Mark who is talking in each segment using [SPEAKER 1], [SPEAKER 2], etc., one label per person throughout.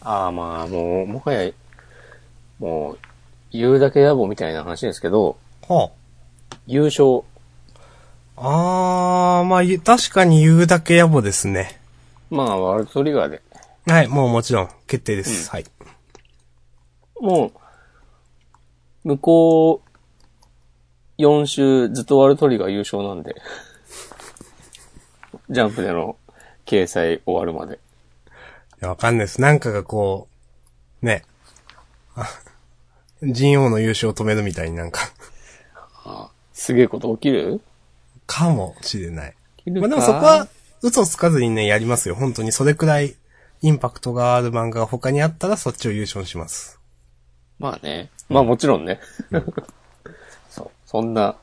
[SPEAKER 1] ああまあ、もう、もはや、もう、言うだけ野望みたいな話ですけど、
[SPEAKER 2] は
[SPEAKER 1] 優勝、
[SPEAKER 2] あ。あー、まあ、ゆ確かに言うだけ野暮ですね。
[SPEAKER 1] まあ、ワールドトリガーで、
[SPEAKER 2] はい、もうもちろん、決定です。はい。
[SPEAKER 1] もう、向こう、4週ずっとワールドトリガー優勝なんで、 ジャンプでの掲載終わるまで。
[SPEAKER 2] いや、わかんないです。なんかがこう、ね。あ、人王の優勝を止めるみたいになんか、
[SPEAKER 1] すげえこと起きる
[SPEAKER 2] かもしれない。
[SPEAKER 1] 起きる
[SPEAKER 2] ま
[SPEAKER 1] か
[SPEAKER 2] あでもそこは、嘘つかずにね、やりますよ。本当にそれくらい、インパクトがある漫画が他にあったら、そっちを優勝します。
[SPEAKER 1] まあね。まあもちろんね。 そう。そんな、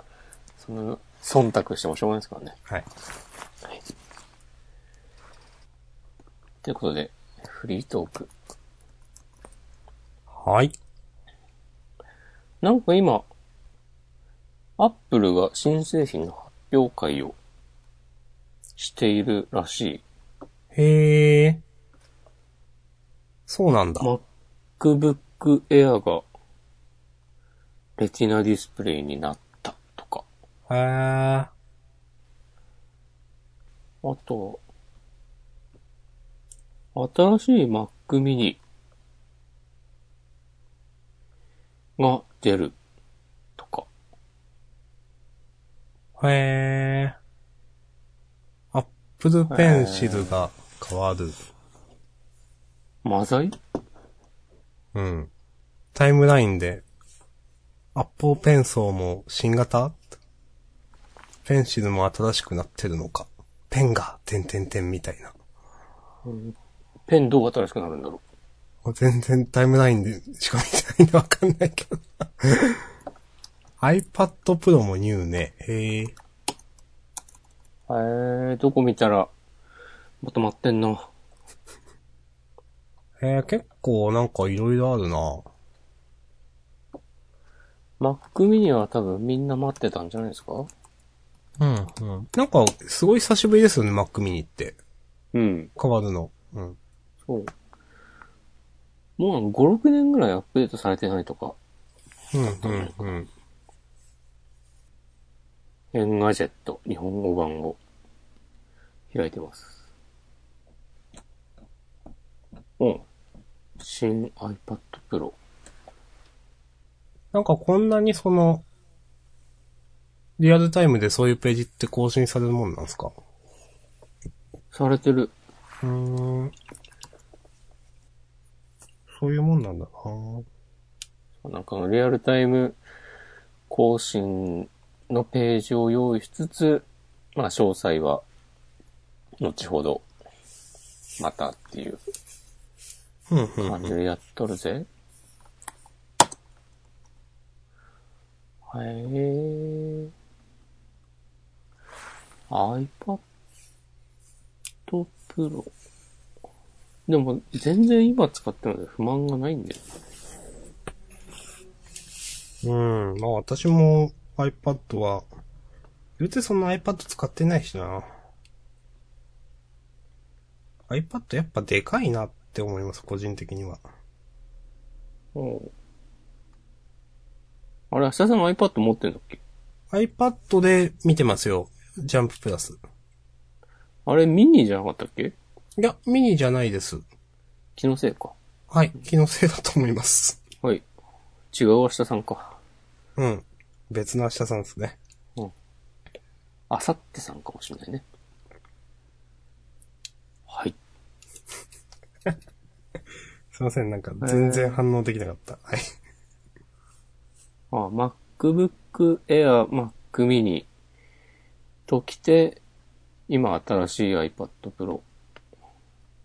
[SPEAKER 1] その、忖度してもしょうがないですからね。
[SPEAKER 2] はい。
[SPEAKER 1] ということで、フリートーク。
[SPEAKER 2] はい。
[SPEAKER 1] なんか今、アップルが新製品の発表会をしているらし
[SPEAKER 2] へえ。そうなんだ
[SPEAKER 1] い。。MacBook Air がレティナディスプレイになったとか。
[SPEAKER 2] へえ。
[SPEAKER 1] あと、新しい Mac mini が出るとか。
[SPEAKER 2] へえ。アップルペンシルが変わる。
[SPEAKER 1] マザイ
[SPEAKER 2] うん。タイムラインで、アップルペンソーも新型ペンシルも新しくなってるのか。ペンが、てんてんてんみたいな。
[SPEAKER 1] ペンどう新しくなるんだろ
[SPEAKER 2] もう全然タイムラインでしか見てないんでわかんないけど。iPad Pro もニューね。へえ。
[SPEAKER 1] う。えー、どこ見たら、まとまってんな。
[SPEAKER 2] えー、結構なんかいろいろあるな。
[SPEAKER 1] Mac mini は多分みんな待ってたんじゃないですか
[SPEAKER 2] うん、うん。なんか、すごい久しぶりですよね、Mac mini って。
[SPEAKER 1] うん。
[SPEAKER 2] 変わるの。うん。
[SPEAKER 1] そう。もう5、6年ぐらいアップデートされてないとか、
[SPEAKER 2] うん、うん、うん。
[SPEAKER 1] エンガジェット日本語版を開いてます。うん。新 iPad Pro。
[SPEAKER 2] なんかこんなにその、リアルタイムでそういうページって更新されるもんなんですか
[SPEAKER 1] されてる。
[SPEAKER 2] うーん。そういうもんなんだな
[SPEAKER 1] なんかリアルタイム更新のページを用意しつつ、まあ詳細は後ほどまたっていう
[SPEAKER 2] うん、うん。
[SPEAKER 1] 感じでやっとるぜ。へえ。iPad Pro。でも、全然今使ってるので不満がないんだよ。
[SPEAKER 2] うん。まあ私も iPad は、言うてその iPad 使ってないしな。iPad やっぱでかいなって思います、個人的には。
[SPEAKER 1] うんあれ、明日さんも iPad 持ってんだっけ
[SPEAKER 2] iPad で見てますよ。ジャンププラス。
[SPEAKER 1] あれ、ミニじゃなかったっけ
[SPEAKER 2] いや、ミニじゃないです。
[SPEAKER 1] 気のせいか。
[SPEAKER 2] はい、気のせいだと思います。
[SPEAKER 1] はい。違う明日さんか。
[SPEAKER 2] うん。別の明日さんですね。
[SPEAKER 1] あさってさんかもしれないね。はい。
[SPEAKER 2] すいません、なんか全然反応できなかった。はい。
[SPEAKER 1] あ、MacBook Air、Mac mini ときて、今新しい iPad Pro。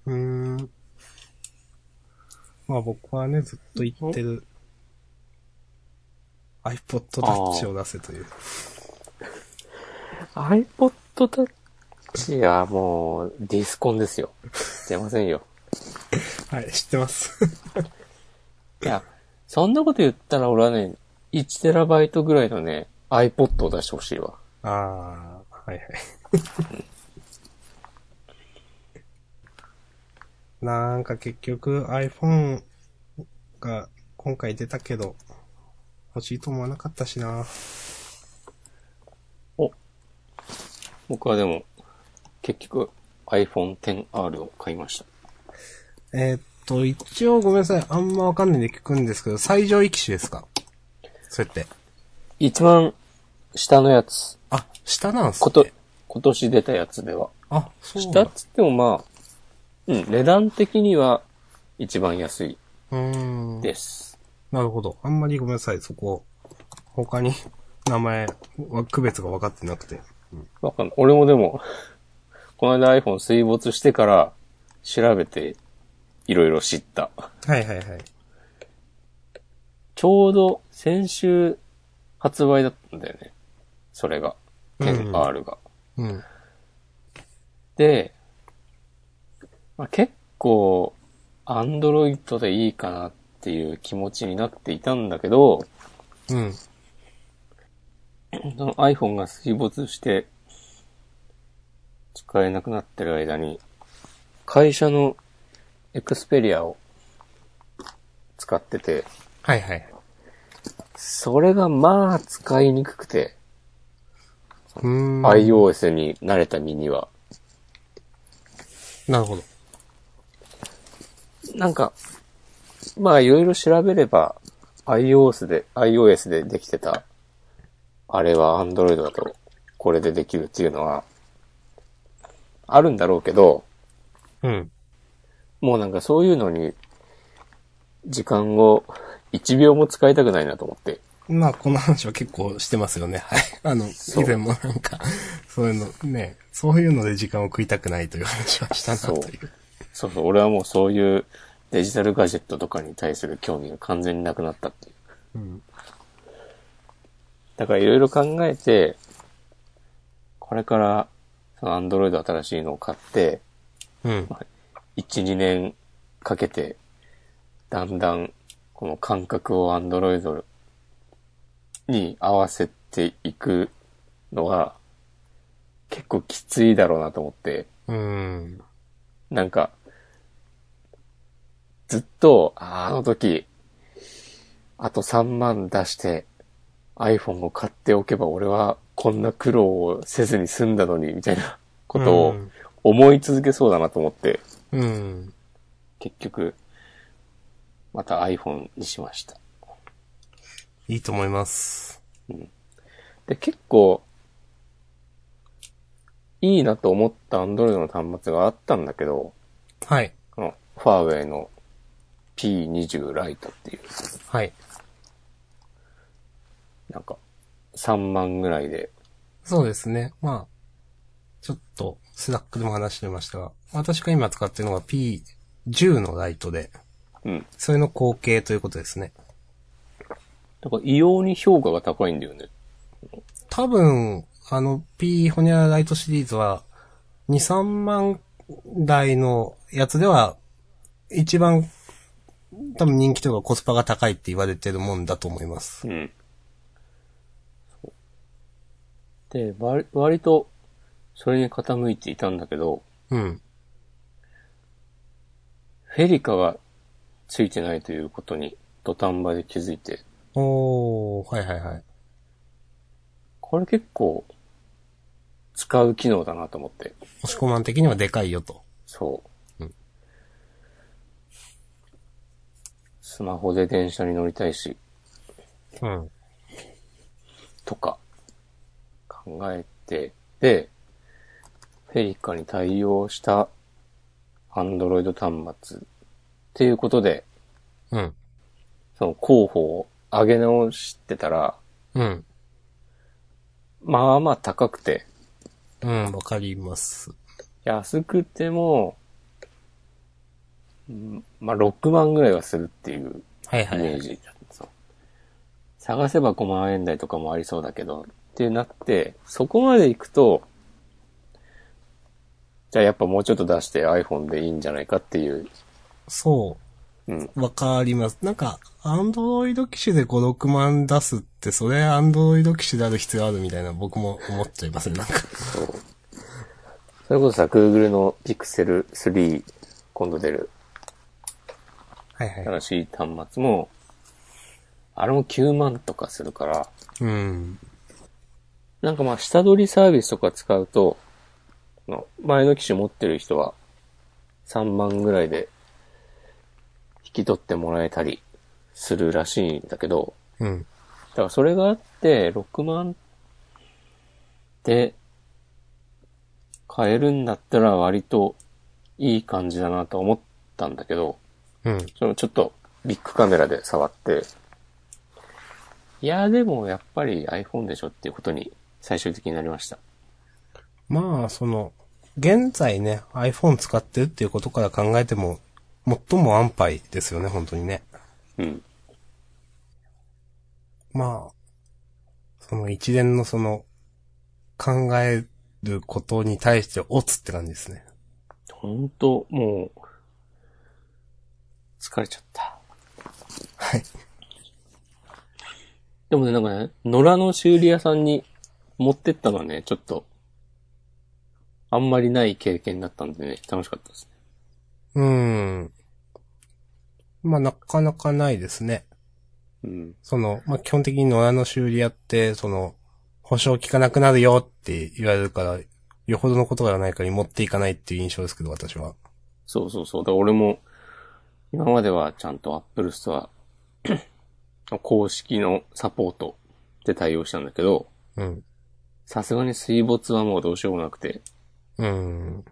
[SPEAKER 2] うーん。まあ僕はね、ずっと言ってる iPod Touch を出せという。
[SPEAKER 1] iPod Touch はもうディスコンですよ。出ませんよ。
[SPEAKER 2] はい、知ってます。
[SPEAKER 1] いや、そんなこと言ったら俺はね、1TB ぐらいのね、iPod を出してほしいわ。
[SPEAKER 2] ああ、はいはい。 なんか結局 iPhone が今回出たけど、欲しいと思わなかったしな。
[SPEAKER 1] 僕はでも、結局 iPhone XR を買いました。
[SPEAKER 2] えーっと、一応ごめんなさい。あんまわかんないんで聞くんですけど、最上位機種ですかそれって。
[SPEAKER 1] 一番下のやつ、
[SPEAKER 2] あ、下なんす
[SPEAKER 1] こ
[SPEAKER 2] ね
[SPEAKER 1] と、今年出たやつでは。
[SPEAKER 2] あ、そうな
[SPEAKER 1] 下
[SPEAKER 2] ん
[SPEAKER 1] っつってもまあ、うん、値段的には一番安いう
[SPEAKER 2] ーん。
[SPEAKER 1] です。
[SPEAKER 2] なるほど。あんまりごめんなさい、そこ。他に名前は区別が分かってなくて。
[SPEAKER 1] わかんない。俺もでも、 この間 iPhone 水没してから調べていろいろ知った。
[SPEAKER 2] はいはいはい。
[SPEAKER 1] ちょうど先週発売だったんだよね。それが。
[SPEAKER 2] うん
[SPEAKER 1] 10R が。
[SPEAKER 2] うん。
[SPEAKER 1] で、まあ、結構、アンドロイドでいいかなっていう気持ちになっていたんだけど、
[SPEAKER 2] うん。
[SPEAKER 1] その iPhone が水没して、使えなくなってる間に、会社のエクスペリアを使ってて、
[SPEAKER 2] はいはい。
[SPEAKER 1] それがまあ使いにくくて、
[SPEAKER 2] うーん。
[SPEAKER 1] iOS に慣れた身には。
[SPEAKER 2] なるほど。
[SPEAKER 1] なんか、まあいろいろ調べれば、iOS で、iOS でできてた、あれは Android だと、これでできるっていうのは、あるんだろうけど、
[SPEAKER 2] うん。
[SPEAKER 1] もうなんかそういうのに、時間を1秒も使いたくないなと思って。
[SPEAKER 2] まあ、この話は結構してますよね。はい。 あの、
[SPEAKER 1] そう
[SPEAKER 2] 以前もなんか、そういうの、ね、そういうので時間を食いたくないという話はしたな
[SPEAKER 1] そう
[SPEAKER 2] という。
[SPEAKER 1] そうそう、俺はもうそういうデジタルガジェットとかに対する興味が完全になくなったっていう。
[SPEAKER 2] うん。
[SPEAKER 1] だからいろいろ考えて、これから、その Android 新しいのを買って、
[SPEAKER 2] うん。
[SPEAKER 1] 1、2年かけて、だんだん、この感覚を Android に合わせていくのは、結構きついだろうなと思って、
[SPEAKER 2] うん。
[SPEAKER 1] なんか、ずっと、あーあの時、あと3万出して、iPhone を買っておけば俺はこんな苦労をせずに済んだのに、みたいなことを思い続けそうだなと思って、
[SPEAKER 2] うん。
[SPEAKER 1] 結局、また iPhone にしました。
[SPEAKER 2] いいと思います。
[SPEAKER 1] で、結構、いいなと思った Android の端末があったんだけど、
[SPEAKER 2] はい。
[SPEAKER 1] このファーウェイの P20 ライトっていう、
[SPEAKER 2] はい。
[SPEAKER 1] なんか、3万ぐらいで、
[SPEAKER 2] そうですね。まあ、ちょっと、スラックでも話してましたが、私が今使ってるのが P10 のライトで、
[SPEAKER 1] うん。
[SPEAKER 2] それの後継ということですね。
[SPEAKER 1] だから異様に評価が高いんだよね。
[SPEAKER 2] 多分、あの P ホニャラライトシリーズは、2、3万台のやつでは、一番、多分人気というかコスパが高いって言われてるもんだと思います。
[SPEAKER 1] うん。で、割割と、それに傾いていたんだけど、
[SPEAKER 2] うん。
[SPEAKER 1] フェリカがついてないということに土壇場で気づいて、
[SPEAKER 2] おー、はいはいはい。
[SPEAKER 1] これ結構使う機能だなと思って。
[SPEAKER 2] 押し込まん的にはでかいよと。
[SPEAKER 1] そう。
[SPEAKER 2] うん
[SPEAKER 1] スマホで電車に乗りたいし、
[SPEAKER 2] うん。
[SPEAKER 1] とか考えて、で、フェリカに対応したアンドロイド端末っていうことで、
[SPEAKER 2] うん。
[SPEAKER 1] その候補を上げ直してたら、
[SPEAKER 2] うん。
[SPEAKER 1] まあまあ高くて、
[SPEAKER 2] うん、わかります。
[SPEAKER 1] 安くても、うんまあ、6万ぐらいはするっていう
[SPEAKER 2] はい
[SPEAKER 1] イ
[SPEAKER 2] はい。
[SPEAKER 1] メージだったんですよ探せば5万円台とかもありそうだけど、ってなって、そこまで行くと、じゃあやっぱもうちょっと出して iPhone でいいんじゃないかっていう。
[SPEAKER 2] そ
[SPEAKER 1] うん。
[SPEAKER 2] う。わかります。なんか、アンドロイド機種で5、6万出すって、それアンドロイド機種である必要あるみたいな、僕も思っちゃいますね、なんか。
[SPEAKER 1] そう。それこそさ、Google の Pixel 3、今度出る
[SPEAKER 2] はい
[SPEAKER 1] 新
[SPEAKER 2] は
[SPEAKER 1] しい端末も、あれも9万とかするから、
[SPEAKER 2] い。うん。
[SPEAKER 1] なんかまあ、下取りサービスとか使うと、この前の機種持ってる人は3万ぐらいで引き取ってもらえたりするらしいんだけど、
[SPEAKER 2] うん。
[SPEAKER 1] だからそれがあって6万で買えるんだったら割といい感じだなと思ったんだけど、
[SPEAKER 2] うん。
[SPEAKER 1] そのちょっとビッグカメラで触って、いやでもやっぱり iPhone でしょっていうことに最終的になりました。
[SPEAKER 2] まあ、その、現在ね、iPhone 使ってるっていうことから考えても、最も安牌ですよね、本当にね。
[SPEAKER 1] うん。
[SPEAKER 2] まあ、その一連のその、考えることに対して、おつって感じですね。
[SPEAKER 1] ほんと、もう、疲れちゃった。
[SPEAKER 2] はい。
[SPEAKER 1] でもね、なんかね、野良の修理屋さんに持ってったのはね、ちょっと、あんまりない経験だったんでね、楽しかったですね。
[SPEAKER 2] うん。まあ、なかなかないですね。
[SPEAKER 1] うん。
[SPEAKER 2] その、まあ、基本的に野良の修理屋って、その、保証効かなくなるよって言われるから、よほどのことがないから持っていかないっていう印象ですけど、私は。
[SPEAKER 1] そうそうそう。だから俺も、今まではちゃんと Apple Store の 公式のサポートで対応したんだけど、
[SPEAKER 2] うん。
[SPEAKER 1] さすがに水没はもうどうしようもなくて、
[SPEAKER 2] うん。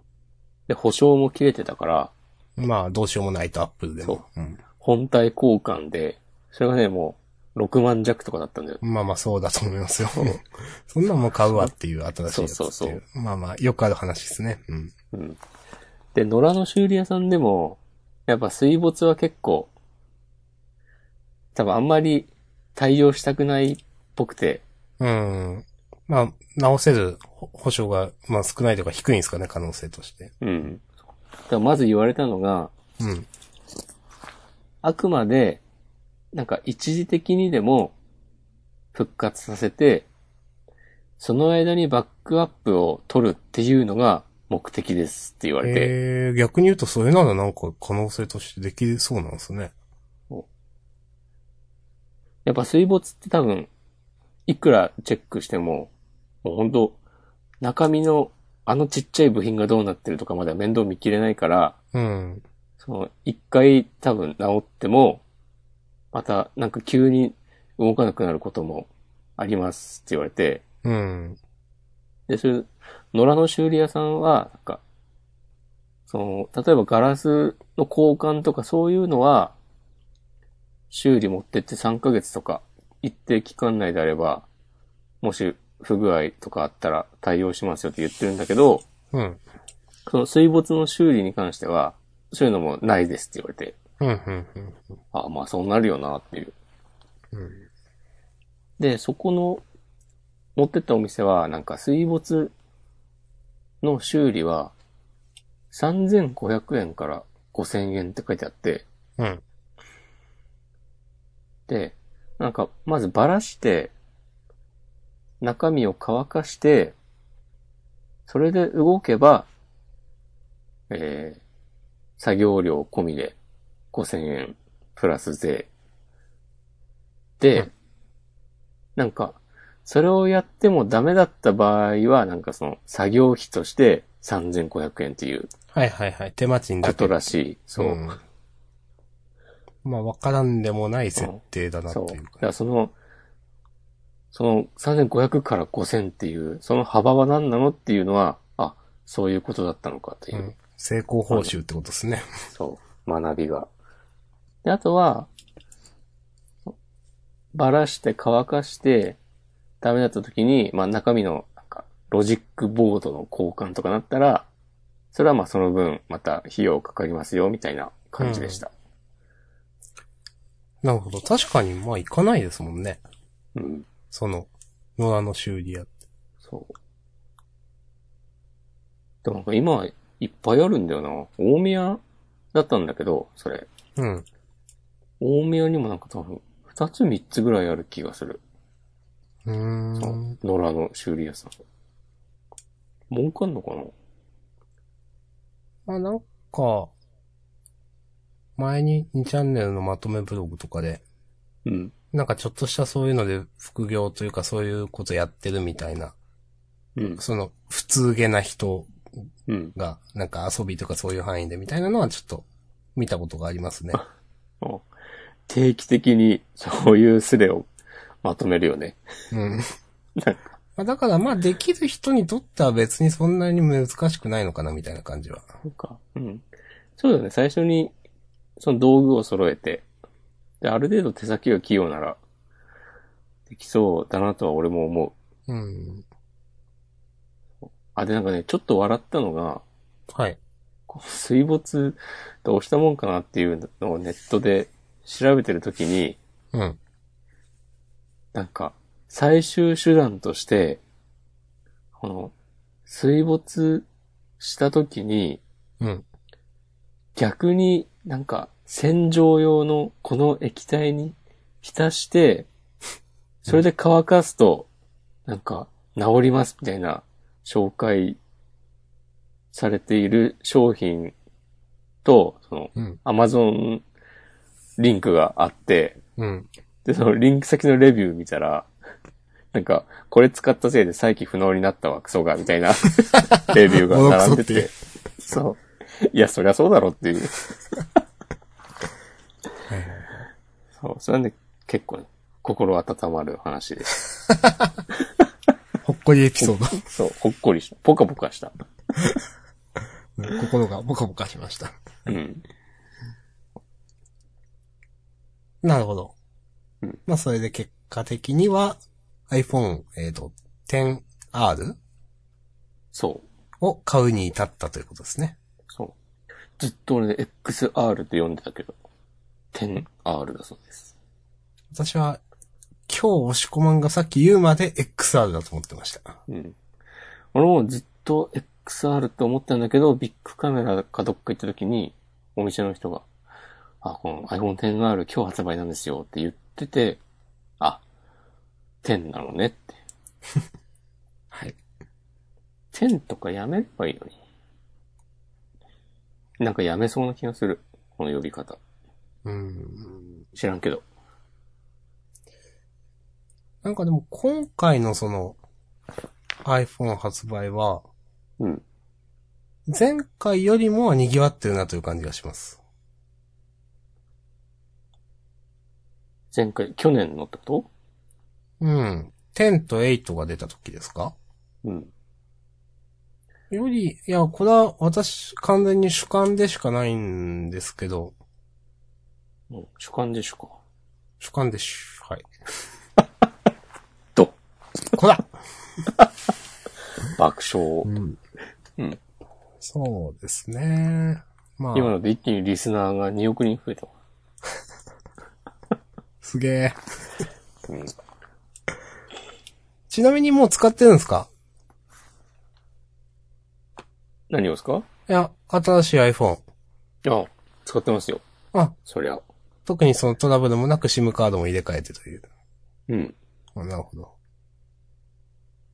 [SPEAKER 1] で、保証も切れてたから、
[SPEAKER 2] まあ、どうしようもないと、アップルでも。うん。
[SPEAKER 1] 本体交換で、それがね、もう、6万弱とかだったんだよ。
[SPEAKER 2] まあまあ、そうだと思いますよ。 そんなんもう買うわっていう新しいやつっていう。
[SPEAKER 1] そうそうそう
[SPEAKER 2] まあまあ、よくある話ですね。うん。
[SPEAKER 1] うん。で、野良の修理屋さんでも、やっぱ水没は結構、多分あんまり対応したくないっぽくて、
[SPEAKER 2] うん。まあ、直せる保保証が、まあ少ないというか低いんですかね、可能性として。
[SPEAKER 1] うん。だからまず言われたのが、
[SPEAKER 2] うん。
[SPEAKER 1] あくまで、なんか一時的にでも復活させて、その間にバックアップを取るっていうのが目的ですって言われて、
[SPEAKER 2] えー、逆に言うとそれならなんか可能性としてできそうなんですね。
[SPEAKER 1] やっぱ水没って多分、いくらチェックしても、もう本当中身のあのちっちゃい部品がどうなってるとかまでは面倒見きれないから、
[SPEAKER 2] うん。
[SPEAKER 1] その、一回多分治っても、またなんか急に動かなくなることもありますって言われて、
[SPEAKER 2] うん。
[SPEAKER 1] で、それ、野良の修理屋さんは、なんか、その、例えばガラスの交換とかそういうのは、修理持ってって3ヶ月とか、一定期間内であれば、もし不具合とかあったら対応しますよって言ってるんだけど、
[SPEAKER 2] うん。
[SPEAKER 1] その水没の修理に関しては、そういうのもないですって言われて、
[SPEAKER 2] うん。うん。うん
[SPEAKER 1] あまあそうなるよなっていう。
[SPEAKER 2] うん。
[SPEAKER 1] で、そこの、持ってったお店は、なんか水没の修理は、3500円から5000円って書いてあって、
[SPEAKER 2] うん。
[SPEAKER 1] で、なんか、まずばらして、中身を乾かして、それで動けば、えー、作業料込みで5000円プラス税。で、
[SPEAKER 2] うん
[SPEAKER 1] なんか、それをやってもダメだった場合は、なんかその作業費として3500円っていう
[SPEAKER 2] はいはいはい。手間賃
[SPEAKER 1] こ
[SPEAKER 2] だけ
[SPEAKER 1] と。らしい。そう。
[SPEAKER 2] んまあ、わからんでもない設定だな
[SPEAKER 1] そう。
[SPEAKER 2] と
[SPEAKER 1] だ
[SPEAKER 2] いう
[SPEAKER 1] か
[SPEAKER 2] か。
[SPEAKER 1] らその、その3500から5000っていう、その幅は何なのっていうのは、あ、そういうことだったのかというう、
[SPEAKER 2] ん、成功報酬ってことですね。
[SPEAKER 1] そう、学びが。で、あとは、ばらして乾かして、ダメだった時に、まあ中身の、なんか、ロジックボードの交換とかなったら、それはまあその分、また費用かかりますよ、みたいな感じでした。
[SPEAKER 2] なるほど。確かに、まあ、行かないですもんね。
[SPEAKER 1] うん、
[SPEAKER 2] その、野良の修理屋って。
[SPEAKER 1] そう。でもなんか今、いっぱいあるんだよな。大宮だったんだけど、それ。
[SPEAKER 2] うん。
[SPEAKER 1] 大宮にもなんか多分、二つ三つぐらいある気がする。
[SPEAKER 2] う
[SPEAKER 1] そ
[SPEAKER 2] ーん
[SPEAKER 1] の。野良の修理屋さん。儲かんのかな
[SPEAKER 2] まあなんか、前に2チャンネルのまとめブログとかで、
[SPEAKER 1] うん。
[SPEAKER 2] なんかちょっとしたそういうので副業というかそういうことやってるみたいな、
[SPEAKER 1] うん。
[SPEAKER 2] その普通げな人
[SPEAKER 1] うん。
[SPEAKER 2] が、なんか遊びとかそういう範囲でみたいなのはちょっと見たことがありますね。
[SPEAKER 1] 定期的にそういうスレをまとめるよね。
[SPEAKER 2] うん。まあだからまあできる人にとっては別にそんなに難しくないのかなみたいな感じは。
[SPEAKER 1] そうか。うん。そうだね。最初に、その道具を揃えて、で、ある程度手先が器用なら、できそうだなとは俺も思う。
[SPEAKER 2] うん。
[SPEAKER 1] あ、で、なんかね、ちょっと笑ったのが、
[SPEAKER 2] はい。
[SPEAKER 1] こう水没どうしたもんかなっていうのをネットで調べてるときに、
[SPEAKER 2] うん。
[SPEAKER 1] なんか、最終手段として、この、水没したときに、
[SPEAKER 2] うん。
[SPEAKER 1] 逆になんか洗浄用のこの液体に浸して、それで乾かすと、なんか治りますみたいな紹介されている商品と、その
[SPEAKER 2] うん。
[SPEAKER 1] Amazon リンクがあって、
[SPEAKER 2] うん。
[SPEAKER 1] で、そのリンク先のレビュー見たら、なんか、これ使ったせいで再起不能になったわ、クソが、みたい なレビューが並んで
[SPEAKER 2] もうク
[SPEAKER 1] て。そう。いや、そりゃそうだろっていう。そう、それはね、結構ね、心温まる話でし
[SPEAKER 2] ほっこりエピソード。
[SPEAKER 1] た。そう、ほっこりした。ポカポカした。
[SPEAKER 2] 心がボカボカしました。
[SPEAKER 1] うん。
[SPEAKER 2] なるほど。
[SPEAKER 1] うん
[SPEAKER 2] まあ、それで結果的には iPhone、えっ、と、10R
[SPEAKER 1] そう。
[SPEAKER 2] を買うに至ったということですね。
[SPEAKER 1] そう。ずっと俺ね、XR って呼んでたけど、10R だそうです。
[SPEAKER 2] 私は、今日押し込まんがさっき言うまで XR だと思ってました。
[SPEAKER 1] うん。俺もずっと XR って思ったんだけど、ビッグカメラかどっか行った時に、お店の人が、あ、この iPhone XR 今日発売なんですよって言ってて、あ、10なのねって。
[SPEAKER 2] はい。
[SPEAKER 1] 10とかやめればいいのに。なんかやめそうな気がする。この呼び方。
[SPEAKER 2] うん。
[SPEAKER 1] 知らんけど。
[SPEAKER 2] なんかでも今回のその iPhone 発売は、
[SPEAKER 1] うん。
[SPEAKER 2] 前回よりも賑わってるなという感じがします。
[SPEAKER 1] 前回、去年のってこ
[SPEAKER 2] うん。10と8が出た時ですか
[SPEAKER 1] とうん。
[SPEAKER 2] より、いや、これは私完全に主観でしかないんですけど、
[SPEAKER 1] もう主観でしょか。
[SPEAKER 2] 主観でしゅ、 はい。
[SPEAKER 1] と、
[SPEAKER 2] こら
[SPEAKER 1] 爆笑。
[SPEAKER 2] ん。
[SPEAKER 1] うん
[SPEAKER 2] そうですね。ま
[SPEAKER 1] 今
[SPEAKER 2] あ、
[SPEAKER 1] ので一気にリスナーが2億人増えたわ。
[SPEAKER 2] すげえ。
[SPEAKER 1] うん
[SPEAKER 2] ちなみにもう使ってるんですか
[SPEAKER 1] 何をですか
[SPEAKER 2] いや、新しい iPhone。
[SPEAKER 1] あ、使ってますよ。
[SPEAKER 2] あ、
[SPEAKER 1] そりゃ。
[SPEAKER 2] 特にそのトラブルもなく SIM カードも入れ替えてという。
[SPEAKER 1] うん。
[SPEAKER 2] あなるほど。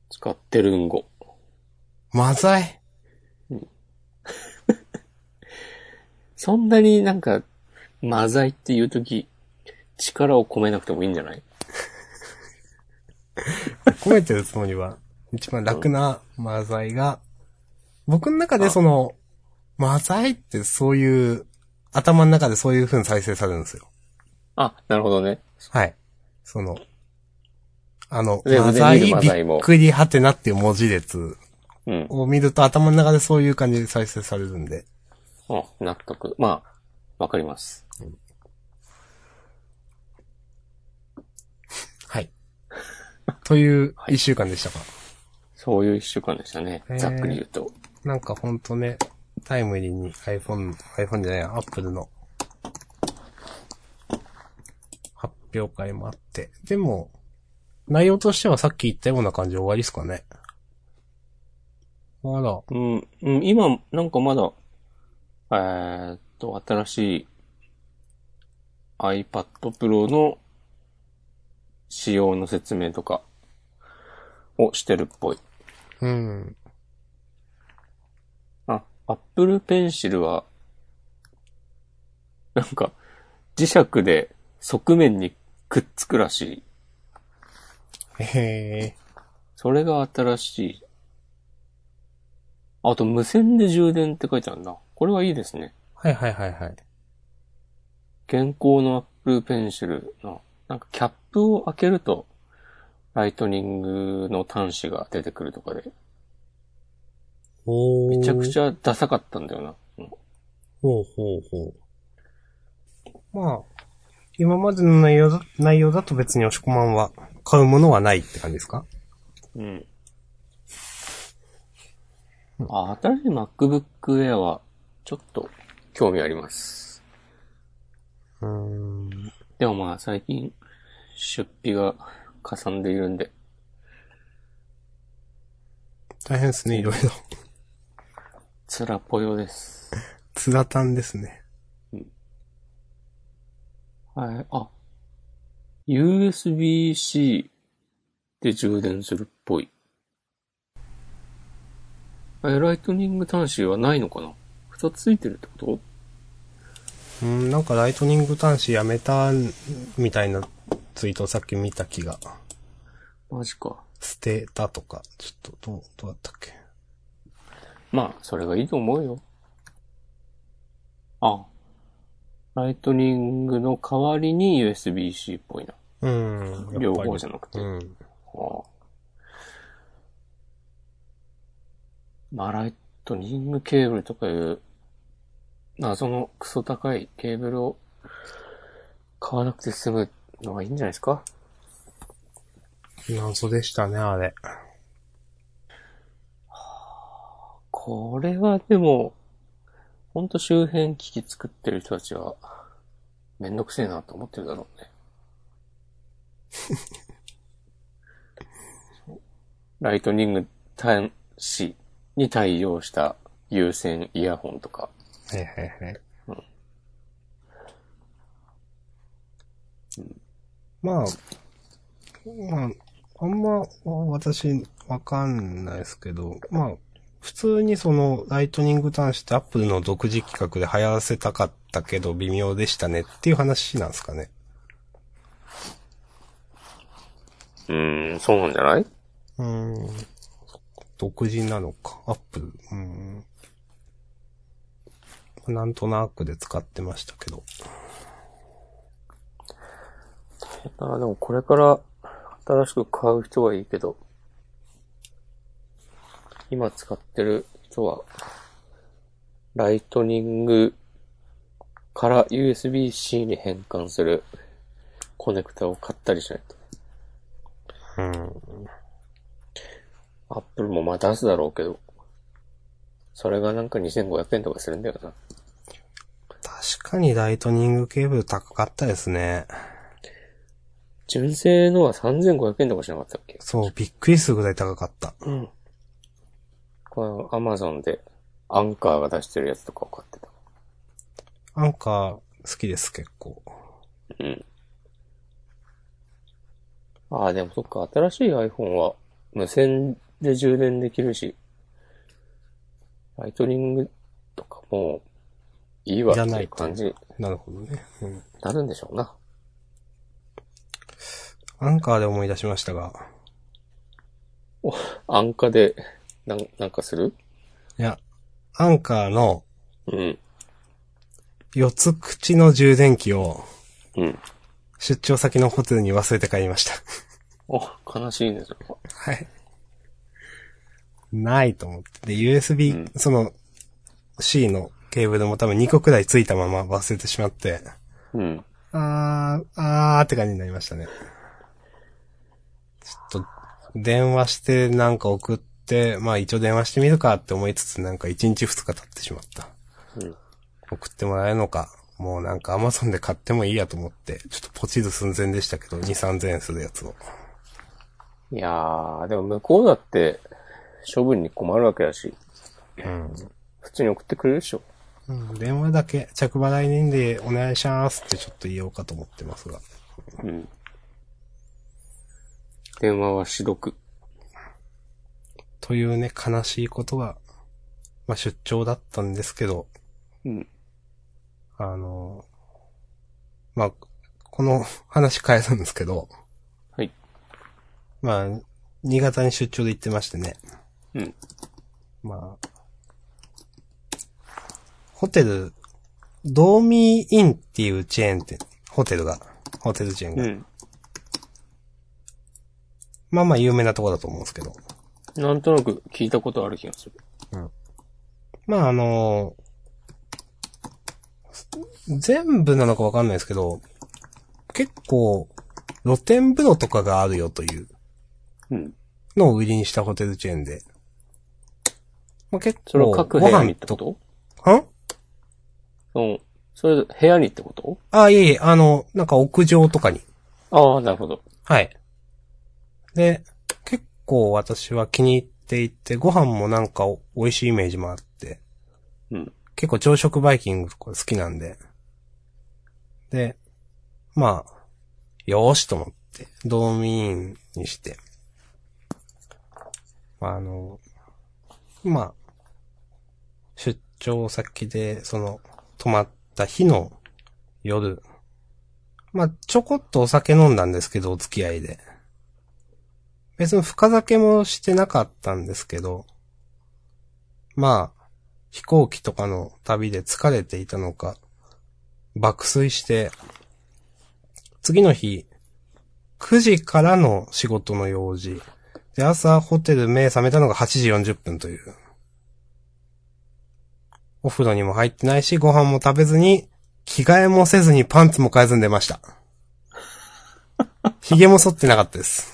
[SPEAKER 1] 使ってるんご。
[SPEAKER 2] マザイ
[SPEAKER 1] そんなになんか、マザイっていうとき、力を込めなくてもいいんじゃない
[SPEAKER 2] 込めてるつもりは、 一番楽なマザイが、僕の中でその、マザイってそういう、頭の中でそういう風に再生されるんですよ。
[SPEAKER 1] あ、なるほどね。
[SPEAKER 2] はい。その、あの、
[SPEAKER 1] ウェ
[SPEAKER 2] マ
[SPEAKER 1] ブで
[SPEAKER 2] ザ
[SPEAKER 1] 見
[SPEAKER 2] イ
[SPEAKER 1] るマ
[SPEAKER 2] び
[SPEAKER 1] ザイも
[SPEAKER 2] っくりはてなっていう文字列
[SPEAKER 1] うん。
[SPEAKER 2] を見ると頭の中でそういう感じで再生されるんで。
[SPEAKER 1] あ、納得。まあ、わかります。
[SPEAKER 2] はい。という一週間でしたか。
[SPEAKER 1] そういう一週間でしたね
[SPEAKER 2] へ。ー
[SPEAKER 1] ざっくり言うと。
[SPEAKER 2] なんかほんとね、タイムリーに iPhone、iPhone じゃない、Apple の発表会もあって。でも、内容としてはさっき言ったような感じで終わりですかね。あら、
[SPEAKER 1] うん、うん、今、なんかまだ、えーっと、新しい iPad Pro の仕様の説明とかをしてるっぽい。
[SPEAKER 2] うん。
[SPEAKER 1] あ、Apple Pencil は、なんか、磁石で側面にくっつくらしい。
[SPEAKER 2] へえ。
[SPEAKER 1] それが新しい。あと、無線で充電って書いてあるな。これはいいですね。
[SPEAKER 2] はいはいはいはい。
[SPEAKER 1] 現行の Apple Pencil の、なんかキャップを開けると、ライトニングの端子が出てくるとかで、
[SPEAKER 2] おー
[SPEAKER 1] めちゃくちゃダサかったんだよな。うん
[SPEAKER 2] ほうほうほう。まあ、今までの内容だ内容だと別に押し込まんは買うものはないって感じですか
[SPEAKER 1] うん。あ、新しい MacBook Air は、ちょっと、興味あります。
[SPEAKER 2] うーん。
[SPEAKER 1] でもまあ、最近、出費が、かさんでいるんで、
[SPEAKER 2] 大変ですね、いろい ろ。
[SPEAKER 1] つらぽよです。
[SPEAKER 2] つらたんですね。
[SPEAKER 1] はい、あ、USB-C で充電するっぽい。え、ライトニング端子はないのかな二つついてるってこと
[SPEAKER 2] うん、なんかライトニング端子やめた、みたいなツイートをさっき見た気が。
[SPEAKER 1] マジか。
[SPEAKER 2] 捨てたとか、ちょっと、どう、どうだったっけ。
[SPEAKER 1] まあ、それがいいと思うよ。あ、ライトニングの代わりに USB-C っぽいな。
[SPEAKER 2] うん。
[SPEAKER 1] 両方じゃなくて。
[SPEAKER 2] うん。
[SPEAKER 1] ああまあ、ライトニングケーブルとかいう、謎のクソ高いケーブルを買わなくて済むのがいいんじゃないですか
[SPEAKER 2] 謎でしたね、あれ。
[SPEAKER 1] これはでも、ほんと周辺機器作ってる人たちは、めんどくせえなと思ってるだろうね。 ライトニング端子に対応した有線イヤホンとか、
[SPEAKER 2] はいはいはい。
[SPEAKER 1] うん
[SPEAKER 2] まあ、まあ、あんま私わかんないですけど、まあ、普通にそのライトニング端子ってアップルの独自企画で流行らせたかったけど微妙でしたねっていう話なんですかね。
[SPEAKER 1] うーん、そうなんじゃないう
[SPEAKER 2] ーん。独自なのか。アップル。うーん。なんとなくで使ってましたけど。
[SPEAKER 1] あーでもこれから新しく買う人はいいけど、今使ってる人は、ライトニングから USB-C に変換するコネクタを買ったりしないと。
[SPEAKER 2] うん。
[SPEAKER 1] アップルもまあ出すだろうけど、それがなんか2500円とかするんだよな。
[SPEAKER 2] 確かにライトニングケーブル高かったですね。
[SPEAKER 1] 純正のは3500円とかしなかったっけ
[SPEAKER 2] そう、びっくりするぐらい高かった。
[SPEAKER 1] うん。これ、アマゾンで、アンカーが出してるやつとかを買ってた。
[SPEAKER 2] アンカー好きです、結構。
[SPEAKER 1] うん。ああ、でもそっか、新しい iPhone は無線で充電できるし、ライトニングとかもういいわって
[SPEAKER 2] いらないいう
[SPEAKER 1] 感じに
[SPEAKER 2] なるほどね。うん。
[SPEAKER 1] なるんでしょうな。
[SPEAKER 2] アンカーで思い出しましたが、
[SPEAKER 1] 安価で、なん、なんかする
[SPEAKER 2] いや、アンカーの
[SPEAKER 1] うん。
[SPEAKER 2] 四つ口の充電器を
[SPEAKER 1] うん。
[SPEAKER 2] 出張先のホテルに忘れて帰りました。
[SPEAKER 1] お、悲しいね、それは。
[SPEAKER 2] はい。ないと思って。で、USB、
[SPEAKER 1] うん
[SPEAKER 2] その C のケーブルも多分2個くらいついたまま忘れてしまって、
[SPEAKER 1] うん。
[SPEAKER 2] あー、あーって感じになりましたね。ちょっと、電話してなんか送って、まあ一応電話してみるかって思いつつなんか1日2日経ってしまった。
[SPEAKER 1] うん。
[SPEAKER 2] 送ってもらえるのか、もうなんか Amazon で買ってもいいやと思って、ちょっとポチる寸前でしたけど、2、3000円するやつを。
[SPEAKER 1] いやー、でも向こうだって、処分に困るわけだし、
[SPEAKER 2] うん。
[SPEAKER 1] 普通に送ってくれるでしょ。
[SPEAKER 2] うん、電話だけ着払い人でお願いしますってちょっと言おうかと思ってますが。
[SPEAKER 1] うん。電話は白く。
[SPEAKER 2] というね、悲しいことが、まあ出張だったんですけど、
[SPEAKER 1] うん。
[SPEAKER 2] あの、まあ、この話変えるんですけど、
[SPEAKER 1] はい。
[SPEAKER 2] まあ、新潟に出張で行ってましてね。
[SPEAKER 1] うん。
[SPEAKER 2] まあ、ホテル、ドーミーインっていうチェーン店、ホテルが、ホテルチェーンが。
[SPEAKER 1] うん。
[SPEAKER 2] まあまあ有名なとこだと思うんですけど。
[SPEAKER 1] なんとなく聞いたことある気がする。
[SPEAKER 2] まああの全部なのかわかんないですけど、結構、露天風呂とかがあるよという
[SPEAKER 1] うん。
[SPEAKER 2] のを売りにしたホテルチェーンで。まあ、結
[SPEAKER 1] それ
[SPEAKER 2] 構、
[SPEAKER 1] を各部屋にってこ
[SPEAKER 2] ご飯
[SPEAKER 1] と
[SPEAKER 2] とん
[SPEAKER 1] うん。それ、部屋にってこと
[SPEAKER 2] あ、いえいえ、あの、なんか屋上とかに。
[SPEAKER 1] ああ、なるほど。
[SPEAKER 2] はい。で、結構私は気に入っていて、ご飯もなんかお美味しいイメージもあって、
[SPEAKER 1] うん。
[SPEAKER 2] 結構朝食バイキングとか好きなんで。で、まあ、よーしと思って、ドーミーインにして。まあ、あの、まあ、出張先で、その、泊まった日の夜、まあ、ちょこっとお酒飲んだんですけど、お付き合いで。別に深酒もしてなかったんですけど、まあ、飛行機とかの旅で疲れていたのか、爆睡して、次の日、9時からの仕事の用事。で、朝ホテル目覚めたのが8時40分という。お風呂にも入ってないし、ご飯も食べずに、着替えもせずにパンツも変えずに出ま した。髭も剃ってなかったです。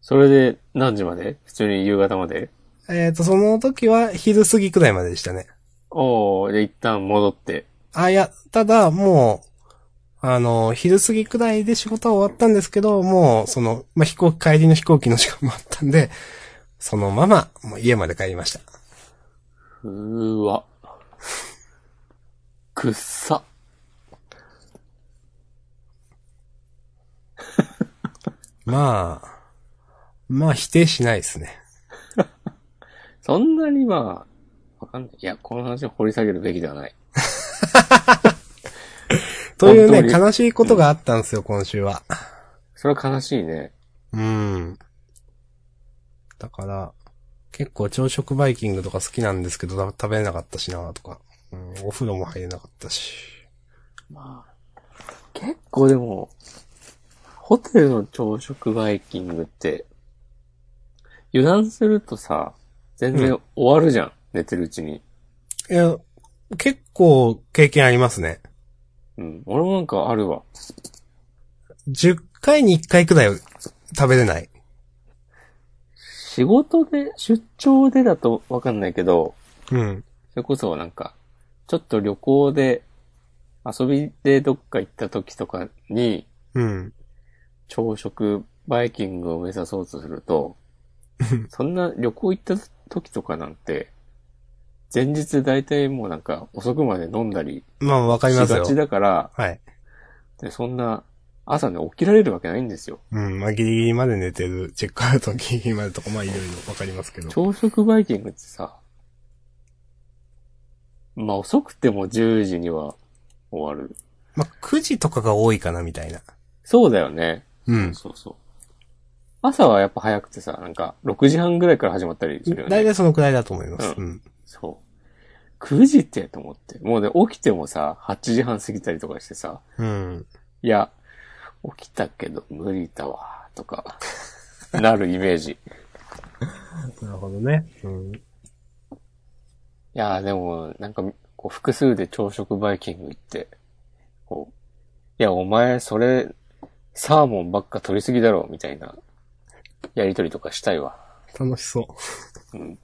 [SPEAKER 1] それで、何時まで普通に夕方まで
[SPEAKER 2] えっ、と、その時は昼過ぎくらいまででしたね。
[SPEAKER 1] おおで、一旦戻って。
[SPEAKER 2] あ、いや、ただ、もう、あの、昼過ぎくらいで仕事は終わったんですけど、もう、その、まあ、飛行機、帰りの飛行機の時間もあったんで、そのまま、もう家まで帰りました。
[SPEAKER 1] うーわ。くっさ。
[SPEAKER 2] まあ、まあ、否定しないですね。
[SPEAKER 1] そんなにまあ、わかんない。いや、この話を掘り下げるべきではない。
[SPEAKER 2] というね、
[SPEAKER 1] 本当に
[SPEAKER 2] 悲しいことがあったんですよ、今週は。
[SPEAKER 1] それは悲しいね。
[SPEAKER 2] うん。だから、結構朝食バイキングとか好きなんですけど、た食べれなかったしな、とか。うん、お風呂も入れなかったし。
[SPEAKER 1] まあ、結構でも、ホテルの朝食バイキングって、油断するとさ、全
[SPEAKER 2] う
[SPEAKER 1] 然終わるじゃん。寝てるうちに。
[SPEAKER 2] いや、結構経験ありますね。
[SPEAKER 1] うん。俺もなんかあるわ。
[SPEAKER 2] 10回に1回くらい食べれない。
[SPEAKER 1] 仕事で、出張でだとわかんないけど、
[SPEAKER 2] うん。
[SPEAKER 1] それこそなんか、ちょっと旅行で、遊びでどっか行った時とかに、
[SPEAKER 2] うん。
[SPEAKER 1] 朝食バイキングを目指そうとすると、そんな旅行行った時とかなんて、前日大体もうなんか遅くまで飲んだり
[SPEAKER 2] まあ、わかり
[SPEAKER 1] し
[SPEAKER 2] ます
[SPEAKER 1] が
[SPEAKER 2] よ
[SPEAKER 1] ち。だから、
[SPEAKER 2] はい。
[SPEAKER 1] でそんな朝ね起きられるわけないんですよ。
[SPEAKER 2] うん。まあ、ギリギリまで寝てる、チェックアウトギリギリまでとか、まあ、いろいろわかりますけど。
[SPEAKER 1] 朝食バイキングってさ、まあ遅くても10時には終わる。
[SPEAKER 2] まあ、9時とかが多いかな、みたいな。
[SPEAKER 1] そうだよね。
[SPEAKER 2] うん。
[SPEAKER 1] そうそう。朝はやっぱ早くてさ、なんか6時半ぐらいから始まったりするよ
[SPEAKER 2] 大
[SPEAKER 1] ね。
[SPEAKER 2] 体そのくらいだと思います。
[SPEAKER 1] う
[SPEAKER 2] うん。
[SPEAKER 1] そう。9時ってと思って。もうね、起きてもさ、8時半過ぎたりとかしてさ、
[SPEAKER 2] うん。
[SPEAKER 1] いや、起きたけど無理だわ、とか、なるイメージ。い
[SPEAKER 2] なるほどね。うん。
[SPEAKER 1] やーでも、なんか、こう複数で朝食バイキング行って、こう、いや、お前それ、サーモンばっか取りすぎだろ、みたいな、やりとりとかしたいわ。
[SPEAKER 2] 楽しそう。
[SPEAKER 1] うん。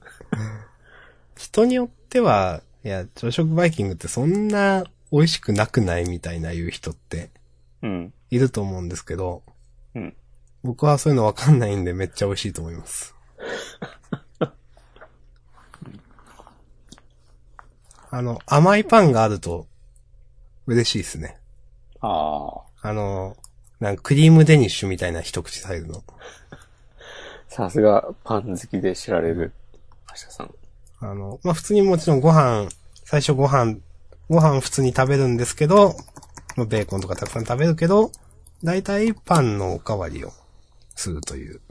[SPEAKER 2] 人によっては、いや、朝食バイキングってそんな美味しくなくないみたいな言う人って
[SPEAKER 1] うん。
[SPEAKER 2] いると思うんですけど、
[SPEAKER 1] うん。
[SPEAKER 2] 僕はそういうのわかんないんでめっちゃ美味しいと思い ます。あの、甘いパンがあると嬉しいですね。
[SPEAKER 1] ああ。
[SPEAKER 2] あの、なんかクリームデニッシュみたいな一口サイズの。
[SPEAKER 1] さすが、パン好きで知られる、明日さん。
[SPEAKER 2] あの、まあ、普通にもちろんご飯、最初ご飯、ご飯普通に食べるんですけど、まあベーコンとかたくさん食べるけど、だいたいパンのおかわりをするという。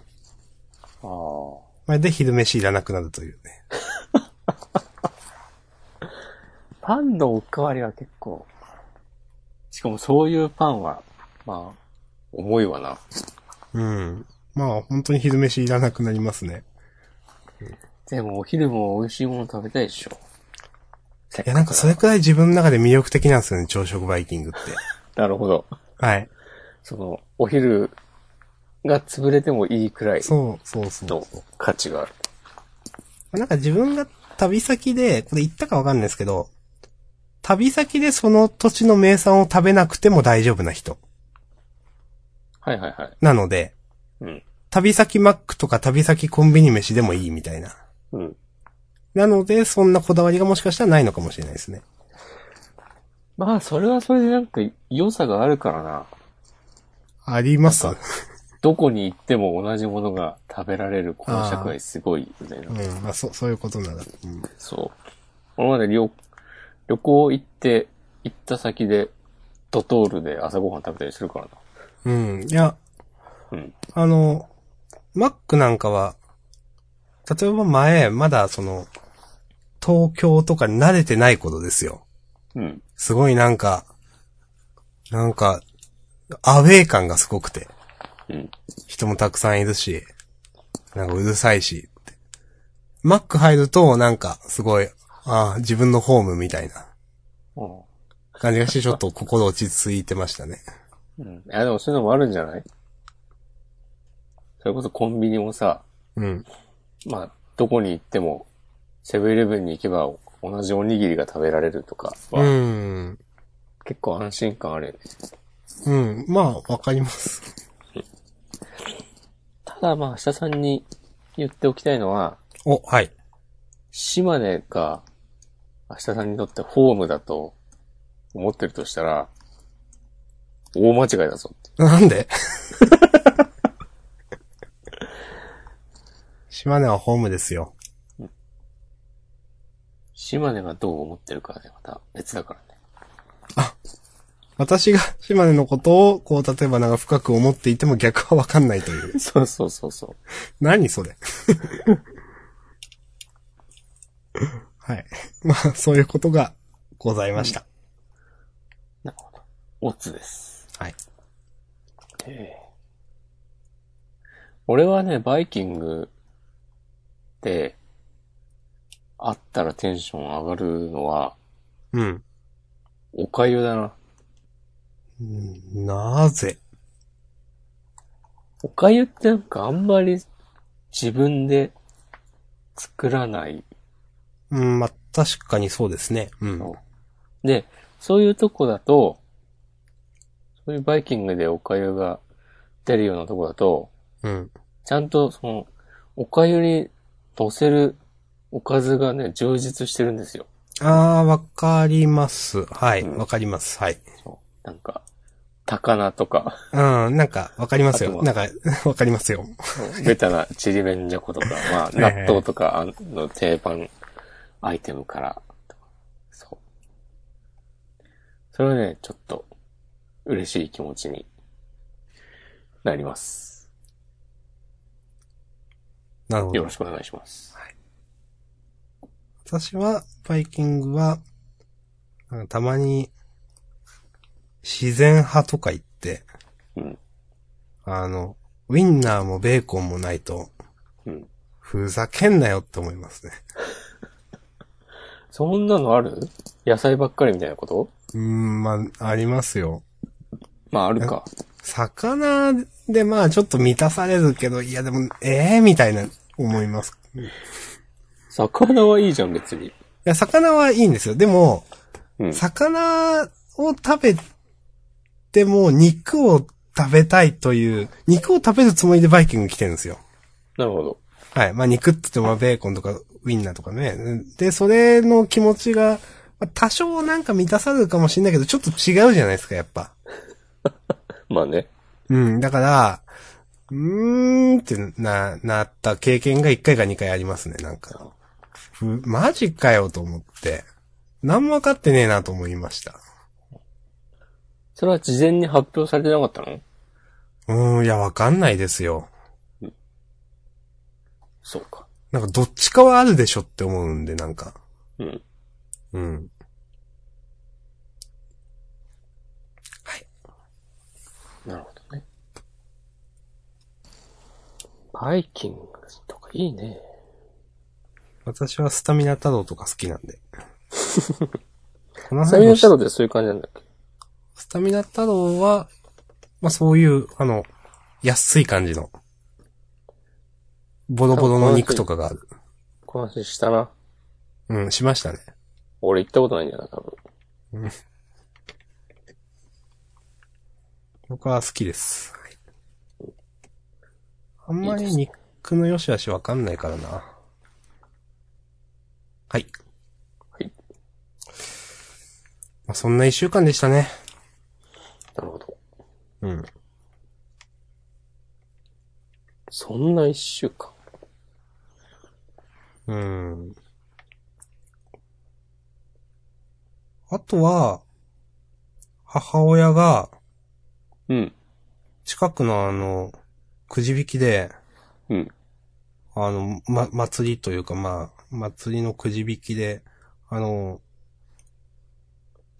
[SPEAKER 1] ああ。
[SPEAKER 2] まあで、昼飯いらなくなるというね。
[SPEAKER 1] パンのおかわりは結構、しかもそういうパンは、まあ、重いわな。
[SPEAKER 2] うん。まあ、本当に昼飯いらなくなりますね。
[SPEAKER 1] でもお昼も美味しいもの食べたいでしょ。
[SPEAKER 2] いや、なんかそれくらい自分の中で魅力的なんですよね、朝食バイキングって。
[SPEAKER 1] なるほど。
[SPEAKER 2] はい。
[SPEAKER 1] その、お昼が潰れてもいいくらい
[SPEAKER 2] そう、そうそう。
[SPEAKER 1] の価値がある。
[SPEAKER 2] なんか自分が旅先で、これ言ったかわかんないですけど、旅先でその土地の名産を食べなくても大丈夫な人。
[SPEAKER 1] はいはいはい。
[SPEAKER 2] なので、
[SPEAKER 1] うん。
[SPEAKER 2] 旅先マックとか旅先コンビニ飯でもいいみたいな。
[SPEAKER 1] うん。
[SPEAKER 2] なので、そんなこだわりがもしかしたらないのかもしれないですね。
[SPEAKER 1] まあ、それはそれでなんか良さがあるからな。
[SPEAKER 2] あります
[SPEAKER 1] なんどこに行っても同じものが食べられるこの社会すごいよね。
[SPEAKER 2] うん、まあ、そ、そういうことなら。うん。
[SPEAKER 1] そう。これまで旅旅行行って、行った先で、ドトールで朝ごはん食べたりするからな。
[SPEAKER 2] うん。いや、
[SPEAKER 1] うん。
[SPEAKER 2] あの、マックなんかは、例えば前、まだその、東京とかに慣れてないことですよ。
[SPEAKER 1] うん。
[SPEAKER 2] すごいなんか、なんか、アウェー感がすごくて。
[SPEAKER 1] うん。
[SPEAKER 2] 人もたくさんいるし、なんかうるさいしって。マック入ると、なんか、すごい、ああ、自分のホームみたいな
[SPEAKER 1] うん
[SPEAKER 2] 感じが して、ちょっと心落ち着いてましたね。
[SPEAKER 1] うん。いや、でもそういうのもあるんじゃないそれこそコンビニもさ、
[SPEAKER 2] うん。
[SPEAKER 1] まあ、どこに行っても、セブンイレブンに行けば同じおにぎりが食べられるとか
[SPEAKER 2] う
[SPEAKER 1] は、
[SPEAKER 2] ん。
[SPEAKER 1] 結構安心感あるよね。
[SPEAKER 2] うん。まあ、わかります。
[SPEAKER 1] ただまあ、下さんに言っておきたいのは、
[SPEAKER 2] お、はい。
[SPEAKER 1] 島根が、明日さんにとってホームだと思ってるとしたら、大間違いだぞって。
[SPEAKER 2] なん で島根はホームですよ。
[SPEAKER 1] 島根がどう思ってるかはね、また別だからね。
[SPEAKER 2] 私が島根のことを、こう、例えばなんか深く思っていても逆はわかんないという。
[SPEAKER 1] そうそうそうそう。
[SPEAKER 2] 何それ。 はい。 まあ、そういうことがございました。
[SPEAKER 1] なるほど。オッツです。
[SPEAKER 2] はい。
[SPEAKER 1] ええ俺はね、バイキングで、あったらテンション上がるのは、
[SPEAKER 2] うん。
[SPEAKER 1] おかゆだな。
[SPEAKER 2] なぜ
[SPEAKER 1] おかゆってなんかあんまり自分で作らない
[SPEAKER 2] うん、まあ、確かにそうですね。うん。
[SPEAKER 1] で、そういうとこだと、そういうバイキングでおかゆが出るようなとこだと、
[SPEAKER 2] うん。
[SPEAKER 1] ちゃんとその、おかゆに乗せるおかずがね、充実してるんですよ。
[SPEAKER 2] あー、わかります。はい。
[SPEAKER 1] うん
[SPEAKER 2] わかります。はい。
[SPEAKER 1] そうなんか、高菜とか、
[SPEAKER 2] うん、なんか、わかります
[SPEAKER 1] あと
[SPEAKER 2] よ。
[SPEAKER 1] は
[SPEAKER 2] なんか、 わかりますよ。
[SPEAKER 1] ベタなちりめんじゃことか、ま あ、
[SPEAKER 2] はいはい
[SPEAKER 1] 納豆とかあの定番アイテムからとか、そう。それはね、ちょっと嬉しい気持ちになります。
[SPEAKER 2] なるほ
[SPEAKER 1] よ
[SPEAKER 2] ど
[SPEAKER 1] ろ。しくお願いします。
[SPEAKER 2] 私は、バイキングは、なんかたまに、自然派とか言って、
[SPEAKER 1] うん。
[SPEAKER 2] あの、ウィンナーもベーコンもないと、
[SPEAKER 1] うん。
[SPEAKER 2] ふざけんなよって思いますね。
[SPEAKER 1] そんなのある野菜ばっかりみたいなこと
[SPEAKER 2] うーん、まあ、ありますよ。
[SPEAKER 1] まあ、あるか。
[SPEAKER 2] 魚でまあちょっと満たされるけど、いやでも、ええみたいな思います。い
[SPEAKER 1] 魚はいいじゃん、別に。
[SPEAKER 2] や、魚はいいんですよ。でも、
[SPEAKER 1] うん。
[SPEAKER 2] 魚を食べても肉を食べたいという、肉を食べるつもりでバイキング来てるんですよ。
[SPEAKER 1] なるほど。
[SPEAKER 2] はい。まあ肉って言ってもまあベーコンとかウインナーとかね。で、それの気持ちが、まあ多少なんか満たされるかもしれないけど、ちょっと違うじゃないですか、やっぱ。
[SPEAKER 1] まあね。
[SPEAKER 2] うん。だから、うーんってな、なった経験が1回か2回ありますね、なんか。ふマジかよと思って。何も分かってねえなと思いました。
[SPEAKER 1] それは事前に発表されてなかったの
[SPEAKER 2] うーん、いや、わかんないですよ。
[SPEAKER 1] そうか。
[SPEAKER 2] なんか、どっちかはあるでしょって思うんで、なんか。
[SPEAKER 1] うん。
[SPEAKER 2] うん。はい。
[SPEAKER 1] なるほどね。バイキングとかいいね。
[SPEAKER 2] 私はスタミナ太郎とか好きなんで。この
[SPEAKER 1] スタミナ
[SPEAKER 2] 話
[SPEAKER 1] 太郎ってそういう感じなんだっけ
[SPEAKER 2] スタミナ太郎は、まあ、そういう、あの、安い感じの、ボロボロの肉とかがある。
[SPEAKER 1] この話したな。
[SPEAKER 2] うん、しましたね。
[SPEAKER 1] 俺行ったことないんだよな、多分。
[SPEAKER 2] 僕は好きです。はいあんまり肉の良し悪しわかんないからな。はい。
[SPEAKER 1] はい。
[SPEAKER 2] まあ、そんな一週間でしたね。
[SPEAKER 1] なるほど。
[SPEAKER 2] うん。
[SPEAKER 1] そんな一週間。
[SPEAKER 2] うん。あとは、母親が、
[SPEAKER 1] うん。
[SPEAKER 2] 近くのあの、くじ引きで、
[SPEAKER 1] うん。
[SPEAKER 2] あの、ま、祭りというか、まあ、祭りのくじ引きで、あの、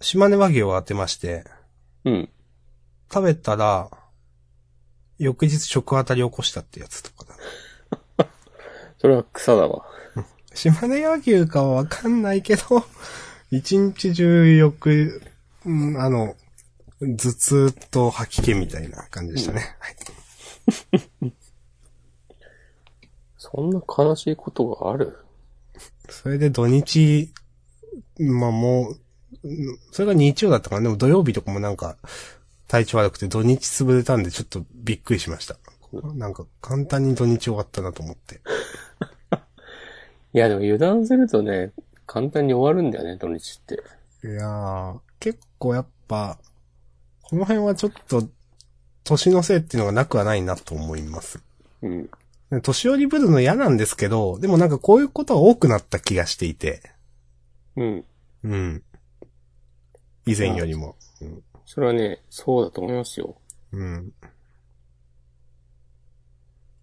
[SPEAKER 2] 島根和牛を当てまして、
[SPEAKER 1] うん。
[SPEAKER 2] 食べたら、翌日食当たり起こしたってやつとかだ。
[SPEAKER 1] それは草だわ。
[SPEAKER 2] 島根和牛かはわかんないけど、 一日中翌、うん、あの、頭痛と吐き気みたいな感じでしたね。はい。
[SPEAKER 1] そんな悲しいことがある
[SPEAKER 2] それで土日、まあもう、うんそれが日曜だったから、でも土曜日とかもなんか、体調悪くて土日潰れたんでちょっとびっくりしました。なんか簡単に土日終わったなと思って。
[SPEAKER 1] いや、でも油断するとね、簡単に終わるんだよね、土日って。
[SPEAKER 2] いやー、結構やっぱ、この辺はちょっと、年のせいっていうのがなくはないなと思います。
[SPEAKER 1] うん。
[SPEAKER 2] 年寄りぶるの嫌なんですけど、でもなんかこういうことは多くなった気がしていて。
[SPEAKER 1] うん。
[SPEAKER 2] うん。以前よりも。
[SPEAKER 1] それはね、そうだと思いますよ。
[SPEAKER 2] うん。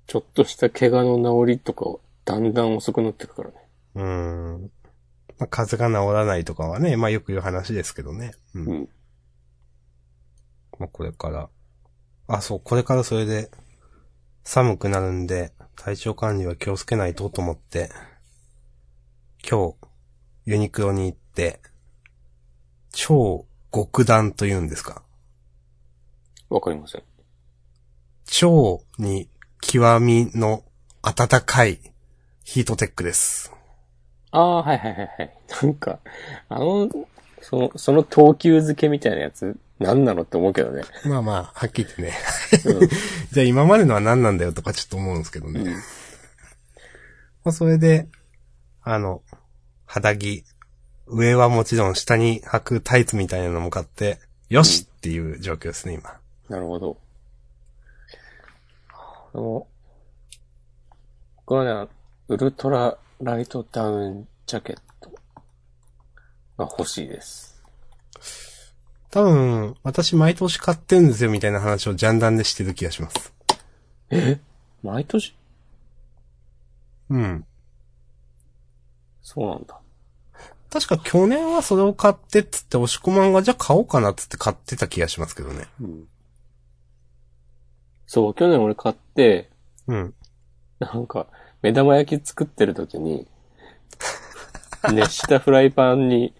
[SPEAKER 1] ちょっとした怪我の治りとか、だんだん遅くなってくからね。
[SPEAKER 2] うん。まあ、風邪が治らないとかはね、まあよく言う話ですけどね。うん。
[SPEAKER 1] うん
[SPEAKER 2] まあこれから。あ、そう、これからそれで、寒くなるんで、体調管理は気をつけないとと思って、今日、ユニクロに行って、超極暖と言うんですか
[SPEAKER 1] わかりません。
[SPEAKER 2] 超に極みの暖かいヒートテックです。
[SPEAKER 1] ああ、はいはいはい はい。なんか、あの、その、その等級付けみたいなやつ、何なのって思うけどね。
[SPEAKER 2] まあまあ、はっきり言ってね。
[SPEAKER 1] うん
[SPEAKER 2] じゃあ今までのは何なんだよとかちょっと思うんですけどね。
[SPEAKER 1] うん
[SPEAKER 2] まあそれで、あの、肌着、上はもちろん下に履くタイツみたいなのも買って、よしっていう状況ですね、今。
[SPEAKER 1] なるほど。あの、僕はね、ウルトラライトダウンジャケットが欲しいです。
[SPEAKER 2] 多分、私毎年買ってるんですよみたいな話をジャンダンでしてる気がします。
[SPEAKER 1] 毎年
[SPEAKER 2] うん。
[SPEAKER 1] そうなんだ。
[SPEAKER 2] 確か去年はそれを買ってっつって、押し込まんがじゃあ買おうかなっつって買ってた気がしますけどね。
[SPEAKER 1] うん。そう、去年俺買って、
[SPEAKER 2] うん。
[SPEAKER 1] なんか、目玉焼き作ってる時に、熱したフライパンに、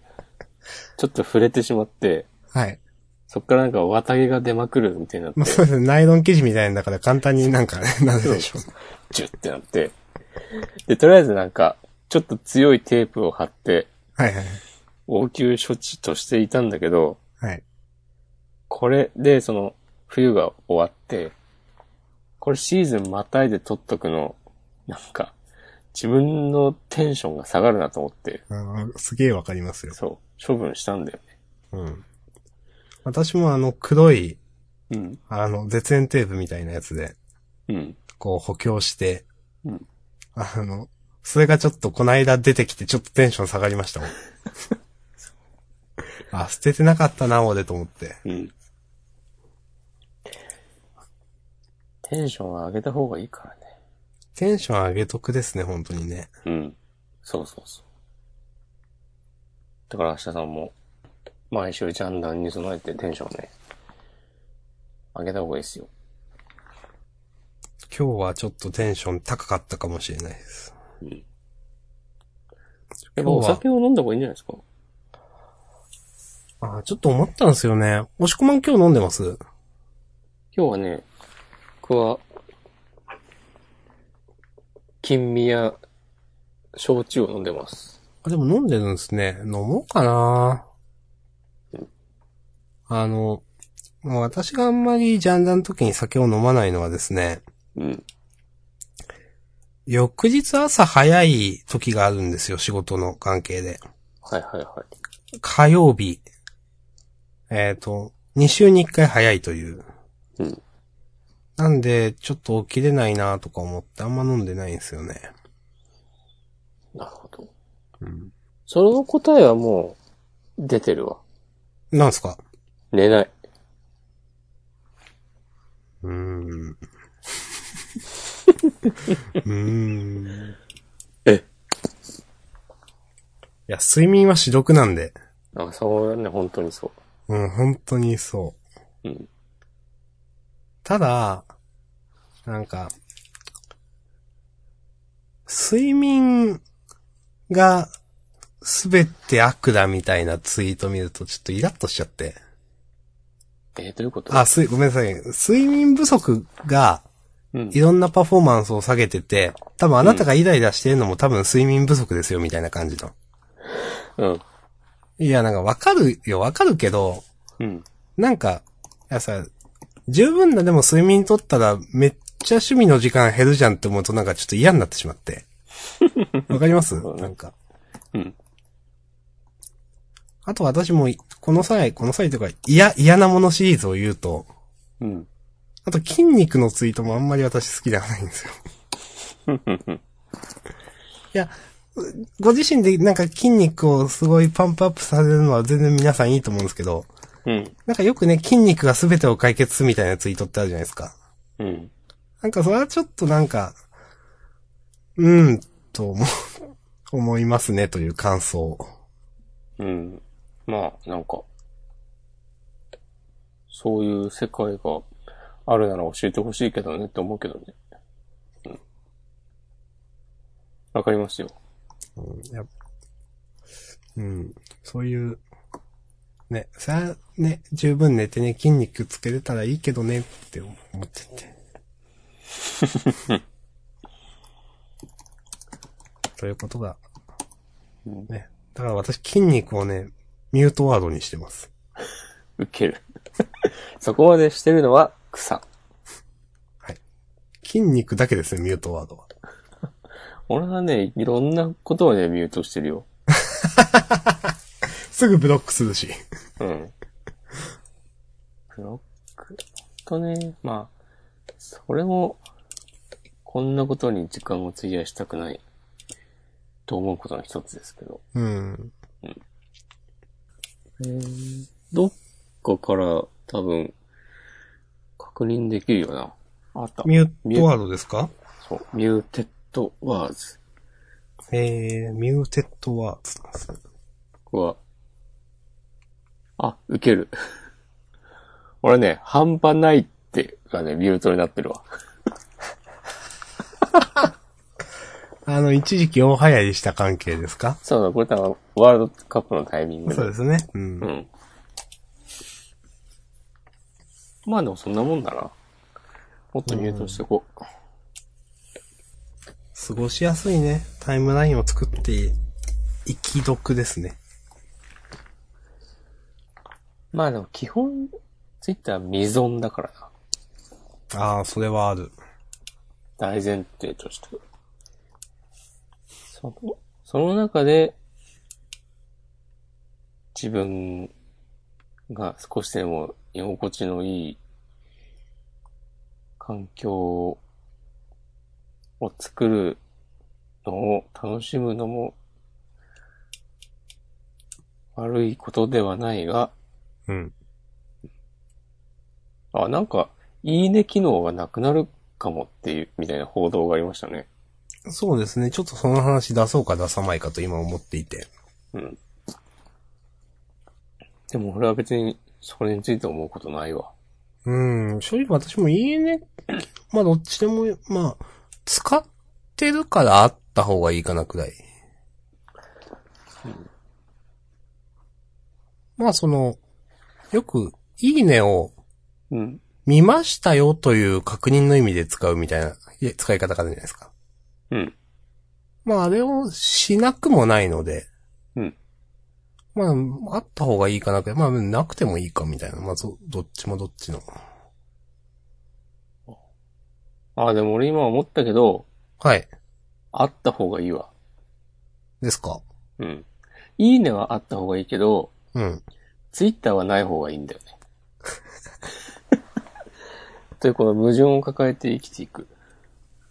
[SPEAKER 1] ちょっと触れてしまって、
[SPEAKER 2] はい。
[SPEAKER 1] そっからなんか綿毛が出まくるみたいになって
[SPEAKER 2] まあ、、そうですね。ナイロン生地みたいなんだから簡単になんかね、 なるでしょう。
[SPEAKER 1] ジュッてなって。で、とりあえずなんか、ちょっと強いテープを貼って、
[SPEAKER 2] はいはい。
[SPEAKER 1] 応急処置としていたんだけど、
[SPEAKER 2] はい。
[SPEAKER 1] これで、その、冬が終わって、これシーズンまたいで取っとくの、なんか、自分のテンションが下がるなと思って、
[SPEAKER 2] あーすげえわかりますよ。
[SPEAKER 1] そう、処分したんだよ
[SPEAKER 2] うん。私もあの黒い、
[SPEAKER 1] ね。うん。
[SPEAKER 2] あの絶縁テープみたいなやつで、
[SPEAKER 1] うん。
[SPEAKER 2] こう補強して、
[SPEAKER 1] うん
[SPEAKER 2] あの、それがちょっとこないだ出てきてちょっとテンション下がりましたもん。あ、捨ててなかったな、俺と思って。
[SPEAKER 1] うん。テンションは上げた方がいいからね。
[SPEAKER 2] テンション上げとくですね、本当にね。
[SPEAKER 1] うん。そうそうそう。だから明日さんも、毎週ジャンダンに備えてテンションね、上げた方がいいですよ。
[SPEAKER 2] 今日はちょっとテンション高かったかもしれないです。
[SPEAKER 1] やっぱお酒を飲んだ方がいいんじゃないですか
[SPEAKER 2] あーちょっと思ったんですよね。押し込まん今日飲んでます
[SPEAKER 1] 今日はね、僕は、金宮、焼酎を飲んでます。
[SPEAKER 2] あ、でも飲んでるんですね。飲もうかなあの、もう私があんまりジャンダンの時に酒を飲まないのはですね、
[SPEAKER 1] うん。
[SPEAKER 2] 翌日朝早い時があるんですよ、仕事の関係で。
[SPEAKER 1] はいはいはい。
[SPEAKER 2] 火曜日。えっ、と、2週に1回早いという。
[SPEAKER 1] うん
[SPEAKER 2] なんで、ちょっと起きれないなとか思って、あんま飲んでないんですよね。
[SPEAKER 1] なるほど。
[SPEAKER 2] うん。
[SPEAKER 1] その答えはもう、出てるわ。
[SPEAKER 2] なんすか
[SPEAKER 1] 寝ない。
[SPEAKER 2] うーん。うーん。
[SPEAKER 1] え
[SPEAKER 2] いや、睡眠は主力なんで。
[SPEAKER 1] あ、そうね、本当にそ
[SPEAKER 2] うん、本当にそう。
[SPEAKER 1] う。うん。
[SPEAKER 2] ただ、なんか、睡眠がすべて悪だみたいなツイート見るとちょっとイラッとしちゃって。
[SPEAKER 1] えー、どういうこと
[SPEAKER 2] あ、すい、ごめんなさい。睡眠不足が
[SPEAKER 1] うん
[SPEAKER 2] い。ろんなパフォーマンスを下げてて、多分あなたがイライラしてるのも多分睡眠不足ですよ、みたいな感じの。
[SPEAKER 1] うん。
[SPEAKER 2] いや、なんかわかるよ、わかるけど、
[SPEAKER 1] うん。
[SPEAKER 2] なんか、いやさ、十分なでも睡眠取ったらめっちゃ趣味の時間減るじゃんって思うとなんかちょっと嫌になってしま って。わかります
[SPEAKER 1] そうね
[SPEAKER 2] なんか。
[SPEAKER 1] うん。
[SPEAKER 2] あと私も、この際、この際というか、嫌、嫌なものシリーズを言うと、
[SPEAKER 1] うん。
[SPEAKER 2] あと筋肉のツイートもあんまり私好きではないんですよ。 いや、ご自身でなんか筋肉をすごいパンプアップされるのは全然皆さんいいと思うんですけど、
[SPEAKER 1] うん。
[SPEAKER 2] なんかよくね、筋肉が全てを解決するみたいなツイートってあるじゃないですか。
[SPEAKER 1] うん。
[SPEAKER 2] なんかそれはちょっとなんか、うん、と思う、思いますねという感想。
[SPEAKER 1] うん。まあ、なんか、そういう世界があるなら教えてほしいけどねって思うけどね。うん。わかりますよ。
[SPEAKER 2] うん、やっうん、そういう、ね、さあね、十分寝てね、筋肉つけれたらいいけどねって思ってて。ということが、
[SPEAKER 1] うん
[SPEAKER 2] ね。だから私筋肉をね、ミュートワードにしてます。
[SPEAKER 1] ウケる。 そこまでしてるのは草。
[SPEAKER 2] 筋肉だけですね、ミュートワードは。
[SPEAKER 1] 俺はね、いろんなことをね、ミュートしてるよ。
[SPEAKER 2] すぐブロックするし。
[SPEAKER 1] うん。ブロック、ほんとね、まあ、それも、こんなことに時間を費やしたくない、と思うことの一つですけど。
[SPEAKER 2] うん。
[SPEAKER 1] どっかから多分、確認できるよな。あった。
[SPEAKER 2] ミュートワードですか
[SPEAKER 1] そう。ミューテッドワーズ。
[SPEAKER 2] えー、ミューテッドワードなんですね。
[SPEAKER 1] 僕は、あ、ウケる。 俺ね、半端ないってがね、ミュートになってるわ。
[SPEAKER 2] あの、一時期大流行りした関係ですか
[SPEAKER 1] そうだ、これ多分、ワールドカップのタイミングで
[SPEAKER 2] そうですね。うん。
[SPEAKER 1] うん。まあでもそんなもんだな。もっとミュートしていこう。
[SPEAKER 2] 過ごしやすいね。タイムラインを作って、生き読ですね。
[SPEAKER 1] まあでも基本、ツイッター未存だからな。
[SPEAKER 2] ああ、それはある。
[SPEAKER 1] 大前提として。その、その中で、自分が少しでも居心地のいい環境を作るのを楽しむのも悪いことではないが、
[SPEAKER 2] うん。
[SPEAKER 1] あ、なんか、いいね機能がなくなるかもっていう、みたいな報道がありましたね。
[SPEAKER 2] そうですね。ちょっとその話出そうか出さないかと今思っていて。
[SPEAKER 1] うん。でも俺は別に、それについて思うことないわ。
[SPEAKER 2] うん。正直私も ENX、まあどっちでも、まあ、使ってるからあった方がいいかなくらい。まあその、よく、いいねを
[SPEAKER 1] うん。
[SPEAKER 2] 見ましたよという確認の意味で使うみたいな、いや使い方があるじゃないですか。
[SPEAKER 1] うん。
[SPEAKER 2] まああれをしなくもないので、
[SPEAKER 1] うん。
[SPEAKER 2] まあ、あった方がいいかなくらい、まあなくてもいいかみたいな、まあそどっちもどっちの。
[SPEAKER 1] ああ、でも俺今思ったけど、
[SPEAKER 2] はい。
[SPEAKER 1] あった方がいいわ。
[SPEAKER 2] ですか
[SPEAKER 1] うん。いいねはあった方がいいけど、
[SPEAKER 2] うん。
[SPEAKER 1] ツイッターはない方がいいん だよね。というこの矛盾を抱えて生きていく。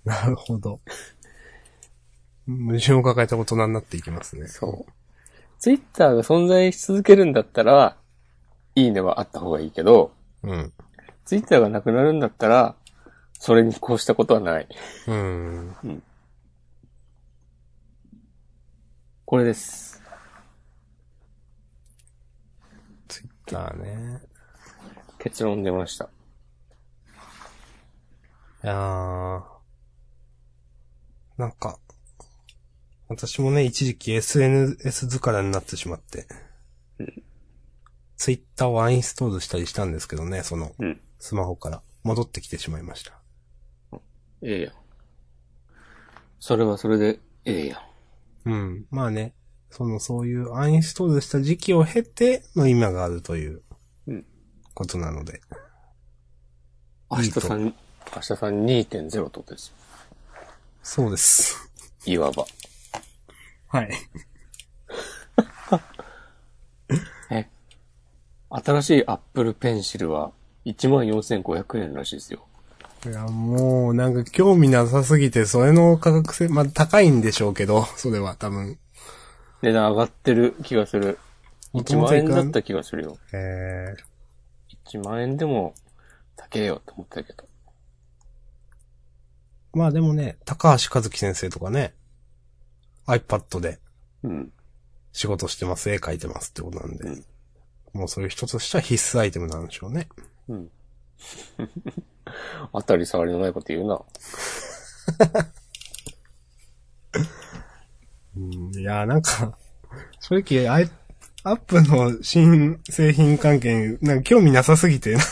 [SPEAKER 2] なるほど。矛盾を抱えた大人になっていきますね。
[SPEAKER 1] そう。ツイッターが存在し続けるんだったら、いいねはあった方がいいけど、
[SPEAKER 2] う。うん。
[SPEAKER 1] ツイッターがなくなるんだったら、それに越したことはない。
[SPEAKER 2] うん。
[SPEAKER 1] これです。
[SPEAKER 2] ツイッターね。
[SPEAKER 1] 結論出ました。
[SPEAKER 2] いやー。なんか、私もね、一時期 SNS 疲れになってしまって。ツイッターをアインストールしたりしたんですけどね、その、
[SPEAKER 1] うん。
[SPEAKER 2] スマホから戻ってきてしまいました。
[SPEAKER 1] ええやん。それはそれで、ええやん。
[SPEAKER 2] うん。まあね、その、そういうアインストールした時期を経ての今があるという
[SPEAKER 1] うん、
[SPEAKER 2] ことなので。
[SPEAKER 1] 明日さん、明日さん2.0ってことですよ。
[SPEAKER 2] そうです。
[SPEAKER 1] いわば。
[SPEAKER 2] はい。
[SPEAKER 1] え。新しい Apple Pencil は14,500円らしいですよ。
[SPEAKER 2] いや、もう、なんか興味なさすぎて、それの価格性、まあ高いんでしょうけど、それは多分。
[SPEAKER 1] 値段上がってる気がする。1万円だった気がするよ。
[SPEAKER 2] えー、
[SPEAKER 1] 1万円でも、高えよと思ったけど。
[SPEAKER 2] まあでもね、高橋和樹先生とかね、iPad で
[SPEAKER 1] うん。
[SPEAKER 2] 仕事してます、絵描いてますってことなんで、
[SPEAKER 1] うん
[SPEAKER 2] もうそういう人としては必須アイテムなんでしょうね。
[SPEAKER 1] うん。 当たり障りのないこと言うな。
[SPEAKER 2] うん、いや、なんか、 正直、アイ、アップの新製品関係、なんか興味なさすぎて、なん か、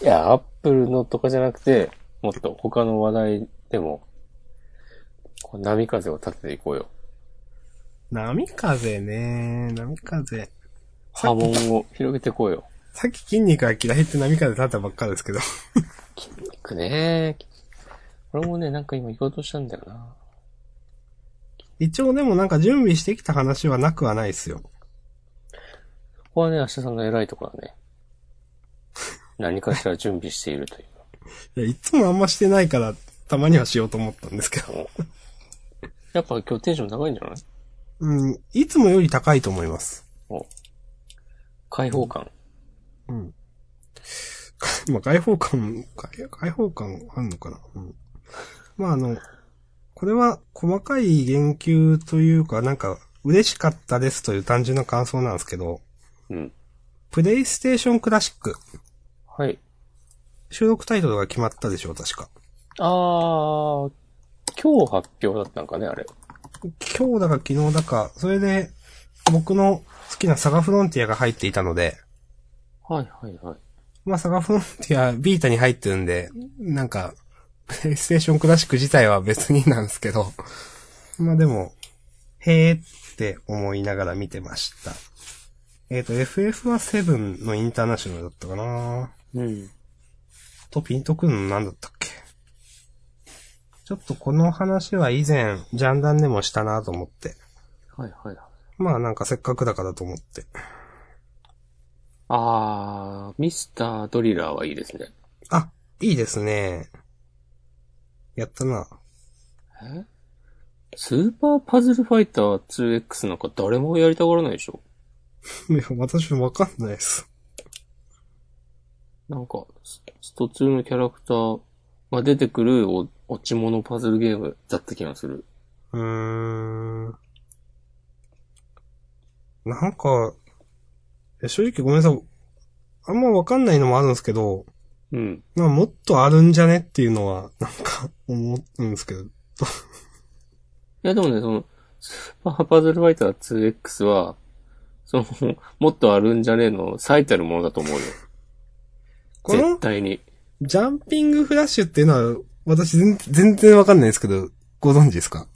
[SPEAKER 1] いや、アップルのとかじゃなくて、もっと他の話題でも、こう波風を立てていこうよ。
[SPEAKER 2] 波風ね、波風。
[SPEAKER 1] 波紋を広げていこうよ。
[SPEAKER 2] さっき筋肉が嫌いって波風立ったばっかですけど。
[SPEAKER 1] いくね俺もね、なんか今言おうとしたんだよな。
[SPEAKER 2] 一応でもなんか準備してきた話はなくはないですよ。
[SPEAKER 1] ここはね、明日さんの偉いとこ ろだね。何かしら準備しているという。
[SPEAKER 2] いや、いつもあんましてないから、たまにはしようと思ったんですけど。
[SPEAKER 1] やっぱ今日テンション高いんじゃない
[SPEAKER 2] うん、いつもより高いと思います。
[SPEAKER 1] お開放感。
[SPEAKER 2] うん。まあ、開放感、開開放感あんのかなうん。まあ、あの、これは細かい言及というか、なんか、嬉しかったですという単純な感想なんですけど、
[SPEAKER 1] うん。
[SPEAKER 2] プレイステーションクラシック、
[SPEAKER 1] はい。
[SPEAKER 2] 収録タイトルが決まったでしょう、確か。
[SPEAKER 1] あー、今日発表だったんかね、あれ。
[SPEAKER 2] 今日だか昨日だか、それで、僕の好きなサガフロンティアが入っていたので、
[SPEAKER 1] はいはいはい。
[SPEAKER 2] まあサガフロンティアビータに入ってるんで、なんか、プレイステーションクラシック自体は別になんですけど、まあでも、へーって思いながら見てました。えっ、と、FF は7のインターナショナルだったかな
[SPEAKER 1] うん。
[SPEAKER 2] とピンとくるの何だったっけちょっとこの話は以前、ジャンダンでもしたなと思って。
[SPEAKER 1] はいはいはい。
[SPEAKER 2] まあなんかせっかくだからと思って。
[SPEAKER 1] あー、ミスタードリラーはいいですね。
[SPEAKER 2] あ、いいですね。やったな。
[SPEAKER 1] えスーパーパズルファイター 2X なんか誰もやりたがらないでしょ
[SPEAKER 2] いや、私わかんないです。
[SPEAKER 1] なんか、ススト2のキャラクター、が出てくるお落ち物パズルゲームだった気がする。
[SPEAKER 2] うーん。なんか、え正直ごめんなさい。あんまわかんないのもあるんですけど、
[SPEAKER 1] うん。
[SPEAKER 2] なんかもっとあるんじゃねっていうのは、なんか思うんですけど。
[SPEAKER 1] いやでもね、その、スーパーパズルファイター 2X は、その、もっとあるんじゃねえの最たるものだと思うよ。
[SPEAKER 2] こ
[SPEAKER 1] 絶
[SPEAKER 2] の
[SPEAKER 1] 対に。
[SPEAKER 2] ジャンピングフラッシュっていうのは、私全全然わかんないですけど、ご存知ですか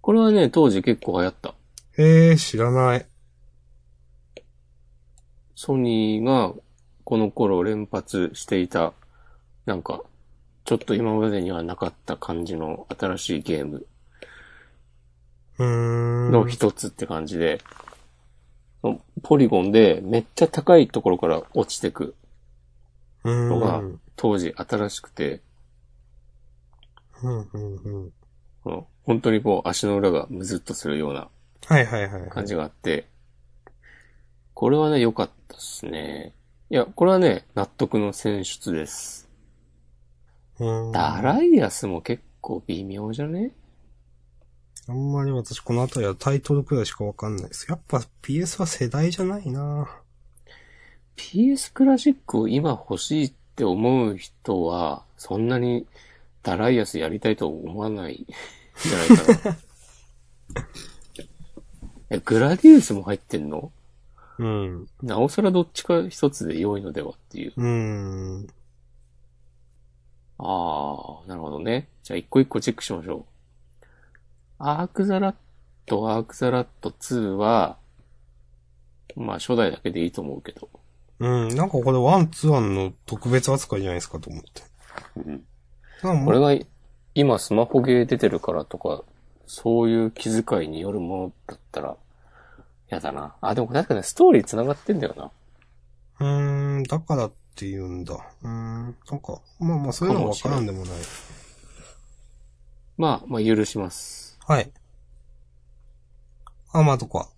[SPEAKER 1] これはね、当時結構流行った。
[SPEAKER 2] へえ、知らない。
[SPEAKER 1] ソニーがこの頃連発していた、なんか、ちょっと今までにはなかった感じの新しいゲーム
[SPEAKER 2] うーん。
[SPEAKER 1] の一つって感じで、そのポリゴンでめっちゃ高いところから落ちてく
[SPEAKER 2] うーん
[SPEAKER 1] のが当時新しくて、
[SPEAKER 2] うんうんうん。
[SPEAKER 1] この本当にこう足の裏がムズっとするような
[SPEAKER 2] はいはいはいはい。
[SPEAKER 1] 感じがあって、これはね、良かったっすね。いや、これはね、納得の選出です。
[SPEAKER 2] うーん
[SPEAKER 1] ダライアスも結構微妙じゃね
[SPEAKER 2] あんまり私このあたりはタイトルくらいしかわかんないです。やっぱ PS は世代じゃないな
[SPEAKER 1] PS クラシックを今欲しいって思う人は、そんなにダライアスやりたいと思わないじゃないかな。え、グラディウスも入ってんの
[SPEAKER 2] うん。
[SPEAKER 1] なおさらどっちか一つで良いのではっていう。
[SPEAKER 2] うん。
[SPEAKER 1] ああ、なるほどね。じゃあ一個一個チェックしましょう。アークザラット、アークザラット2は、まあ初代だけでいいと思うけど。
[SPEAKER 2] うん。なんかこれワン、ツーワンの特別扱いじゃないですかと思って。なん
[SPEAKER 1] こ
[SPEAKER 2] か
[SPEAKER 1] れ
[SPEAKER 2] もう
[SPEAKER 1] が今スマホゲー出てるからとか、そういう気遣いによるものだったら、やだな。あ、でも確かね、ストーリー繋がってんだよな。
[SPEAKER 2] うーん、だからって言うんだ。うーん。なんか、まあまあそういうのはわからんでもない。
[SPEAKER 1] まあ、まあ許します。
[SPEAKER 2] はい。あ、まあとか。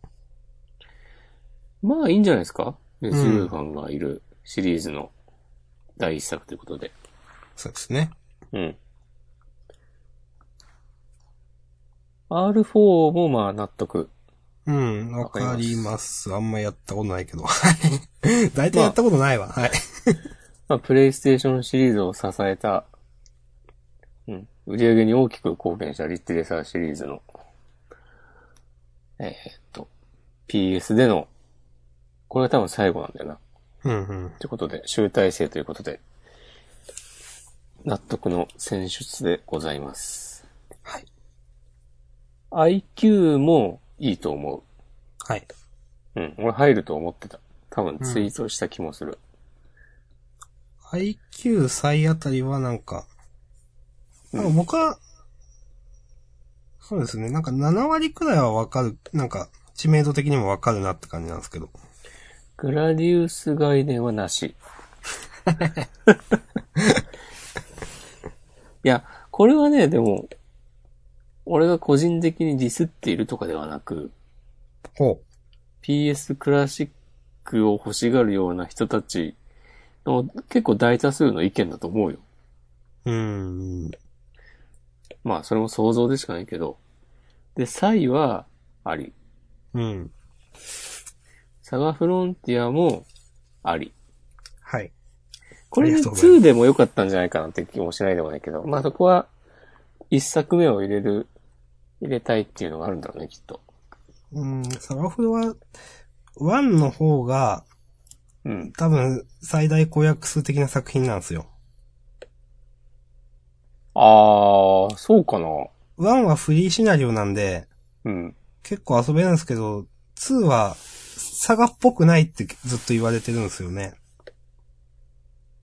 [SPEAKER 1] まあいいんじゃないですか熱
[SPEAKER 2] うん
[SPEAKER 1] 流ファンがいるシリーズの第一作ということで。
[SPEAKER 2] そうですね。
[SPEAKER 1] うん。R4 もまあ納得。
[SPEAKER 2] うん、わかります。あんまやったことないけど。はい。 大体やったことないわ。はい。
[SPEAKER 1] まあ、プレイステーションシリーズを支えた、うん、売り上げに大きく貢献したリッテレサーシリーズの、えーっと、PS での、これが多分最後なんだよな。
[SPEAKER 2] うんうん。
[SPEAKER 1] ということで、集大成ということで、納得の選出でございます。はい。IQ もいいと思う。
[SPEAKER 2] はい。
[SPEAKER 1] うん、俺入ると思ってた。多分ツイートした気もする。
[SPEAKER 2] IQ 最あたりはなんか、なんか僕は、そうですね、なんか7割くらいはわかる、なんか知名度的にもわかるなって感じなんですけど。
[SPEAKER 1] グラディウス概念はなし。いや、これはね、でも、俺が個人的にディスっているとかではなく、
[SPEAKER 2] ほ
[SPEAKER 1] PS クラシックを欲しがるような人たちの結構大多数の意見だと思うよ。
[SPEAKER 2] う。うーん。
[SPEAKER 1] まあ、それも想像でしかないけど。で、サイは、あり。
[SPEAKER 2] うん。
[SPEAKER 1] サガフロンティアも、あり。
[SPEAKER 2] はい。
[SPEAKER 1] これ
[SPEAKER 2] あ
[SPEAKER 1] ね、
[SPEAKER 2] りがとうございます
[SPEAKER 1] 2でも良かったんじゃないかなって気もしないでもないけど、まあそこは、一作目を入れる、入れたいっていうのがあるんだろうね、きっと。
[SPEAKER 2] うん、サガフルは、1の方が
[SPEAKER 1] うん。
[SPEAKER 2] 多分最大公約数的な作品なんですよ。
[SPEAKER 1] あー、そうかな。
[SPEAKER 2] 1はフリーシナリオなんで、
[SPEAKER 1] うん。
[SPEAKER 2] 結構遊べるんですけど、2は、サガっぽくないってずっと言われてるんですよね。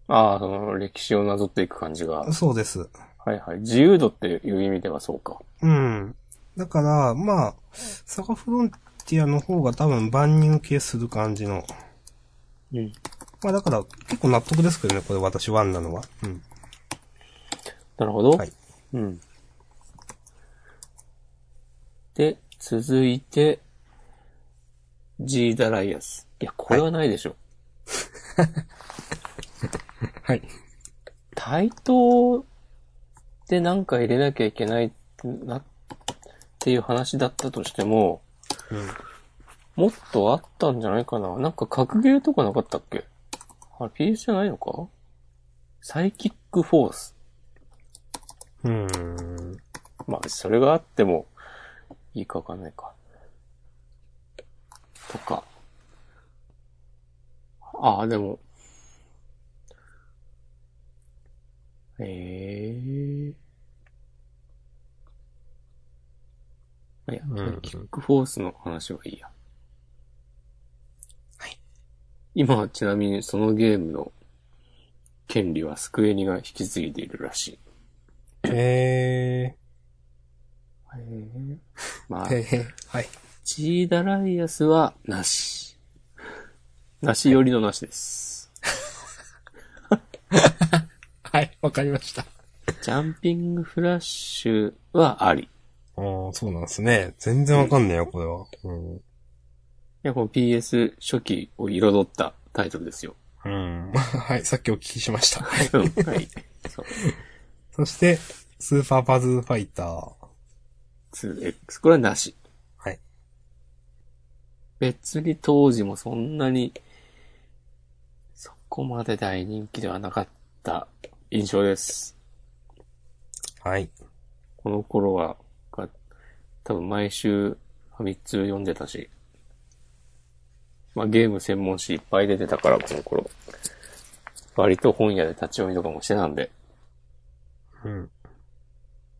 [SPEAKER 1] あー、その歴史をなぞっていく感じが。
[SPEAKER 2] そうです。
[SPEAKER 1] はいはい。自由度っていう意味ではそうか。
[SPEAKER 2] うん。だから、まあ、サガフロンティアの方が多分万人受けする感じの。
[SPEAKER 1] うん。
[SPEAKER 2] まあだから、結構納得ですけどね、これ私ワンなのは。うん。
[SPEAKER 1] なるほど。
[SPEAKER 2] はい。
[SPEAKER 1] うん。で、続いて、G ダライアス。いや、これはないでしょ。
[SPEAKER 2] はい。
[SPEAKER 1] 対等でなんか入れなきゃいけないってな、っていう話だったとしても、もっとあったんじゃないかな。なんか格ゲーとかなかったっけあれ PS じゃないのかサイキックフォース。
[SPEAKER 2] うん。うん。
[SPEAKER 1] まあ、それがあっても、いいかわかんないか。とか。ああ、でも。ええいや、
[SPEAKER 2] うん
[SPEAKER 1] キックフォースの話はいいや。はい。今はちなみにそのゲームの権利はスクエニが引き継いでいるらしい。
[SPEAKER 2] え
[SPEAKER 1] まあ
[SPEAKER 2] ー。、へへ。はい。
[SPEAKER 1] ジーダライアスは、なし。 なしよりのなしです。
[SPEAKER 2] はい、わかりました。
[SPEAKER 1] ジャンピングフラッシュはあり。い
[SPEAKER 2] ああ、そうなんですね。全然わかんないよ、これは。うん。
[SPEAKER 1] や、この PS 初期を彩ったタイトルですよ。
[SPEAKER 2] うん。 はい、さっきお聞きしました。
[SPEAKER 1] うん、はい。そう。
[SPEAKER 2] そして、スーパーパズルファイター。
[SPEAKER 1] 2X。これはなし。
[SPEAKER 2] はい。
[SPEAKER 1] 別に当時もそんなに、そこまで大人気ではなかった印象です。
[SPEAKER 2] はい。
[SPEAKER 1] この頃は、が多分毎週ファミ通読んでたし、まあゲーム専門誌いっぱい出てたから、この頃。割と本屋で立ち読みとかもしてたんで、
[SPEAKER 2] うん。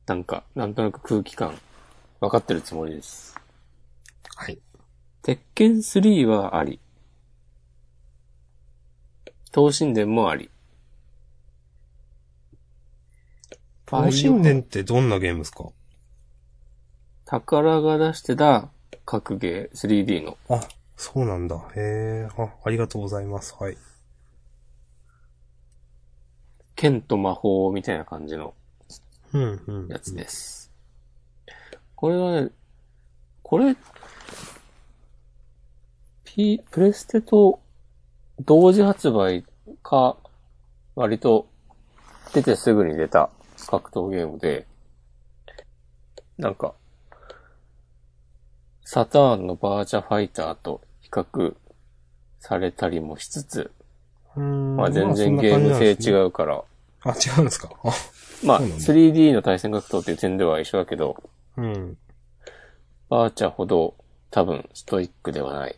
[SPEAKER 1] なんか、なんとなく空気感、わかってるつもりです。
[SPEAKER 2] はい。
[SPEAKER 1] 鉄拳3はあり。東神殿もあり。
[SPEAKER 2] 東神殿ってどんなゲームですか
[SPEAKER 1] 宝が出してた格ゲー 3D の
[SPEAKER 2] あ、そうなんだ。へえ、あ、ありがとうございます。はい。
[SPEAKER 1] 剣と魔法みたいな感じの
[SPEAKER 2] うん、うん。
[SPEAKER 1] やつです。これはね、これ、P、プレステと同時発売か、割と出てすぐに出た格闘ゲームで、なんか、サターンのバーチャファイターと比較されたりもしつつ、
[SPEAKER 2] うん。
[SPEAKER 1] まあ全然ゲーム性違うから、
[SPEAKER 2] あ、違うんですかあ、
[SPEAKER 1] まあ
[SPEAKER 2] そうなんだ
[SPEAKER 1] 3D の対戦格闘っていう点では一緒だけど、
[SPEAKER 2] うん。
[SPEAKER 1] バーチャほど多分ストイックではない。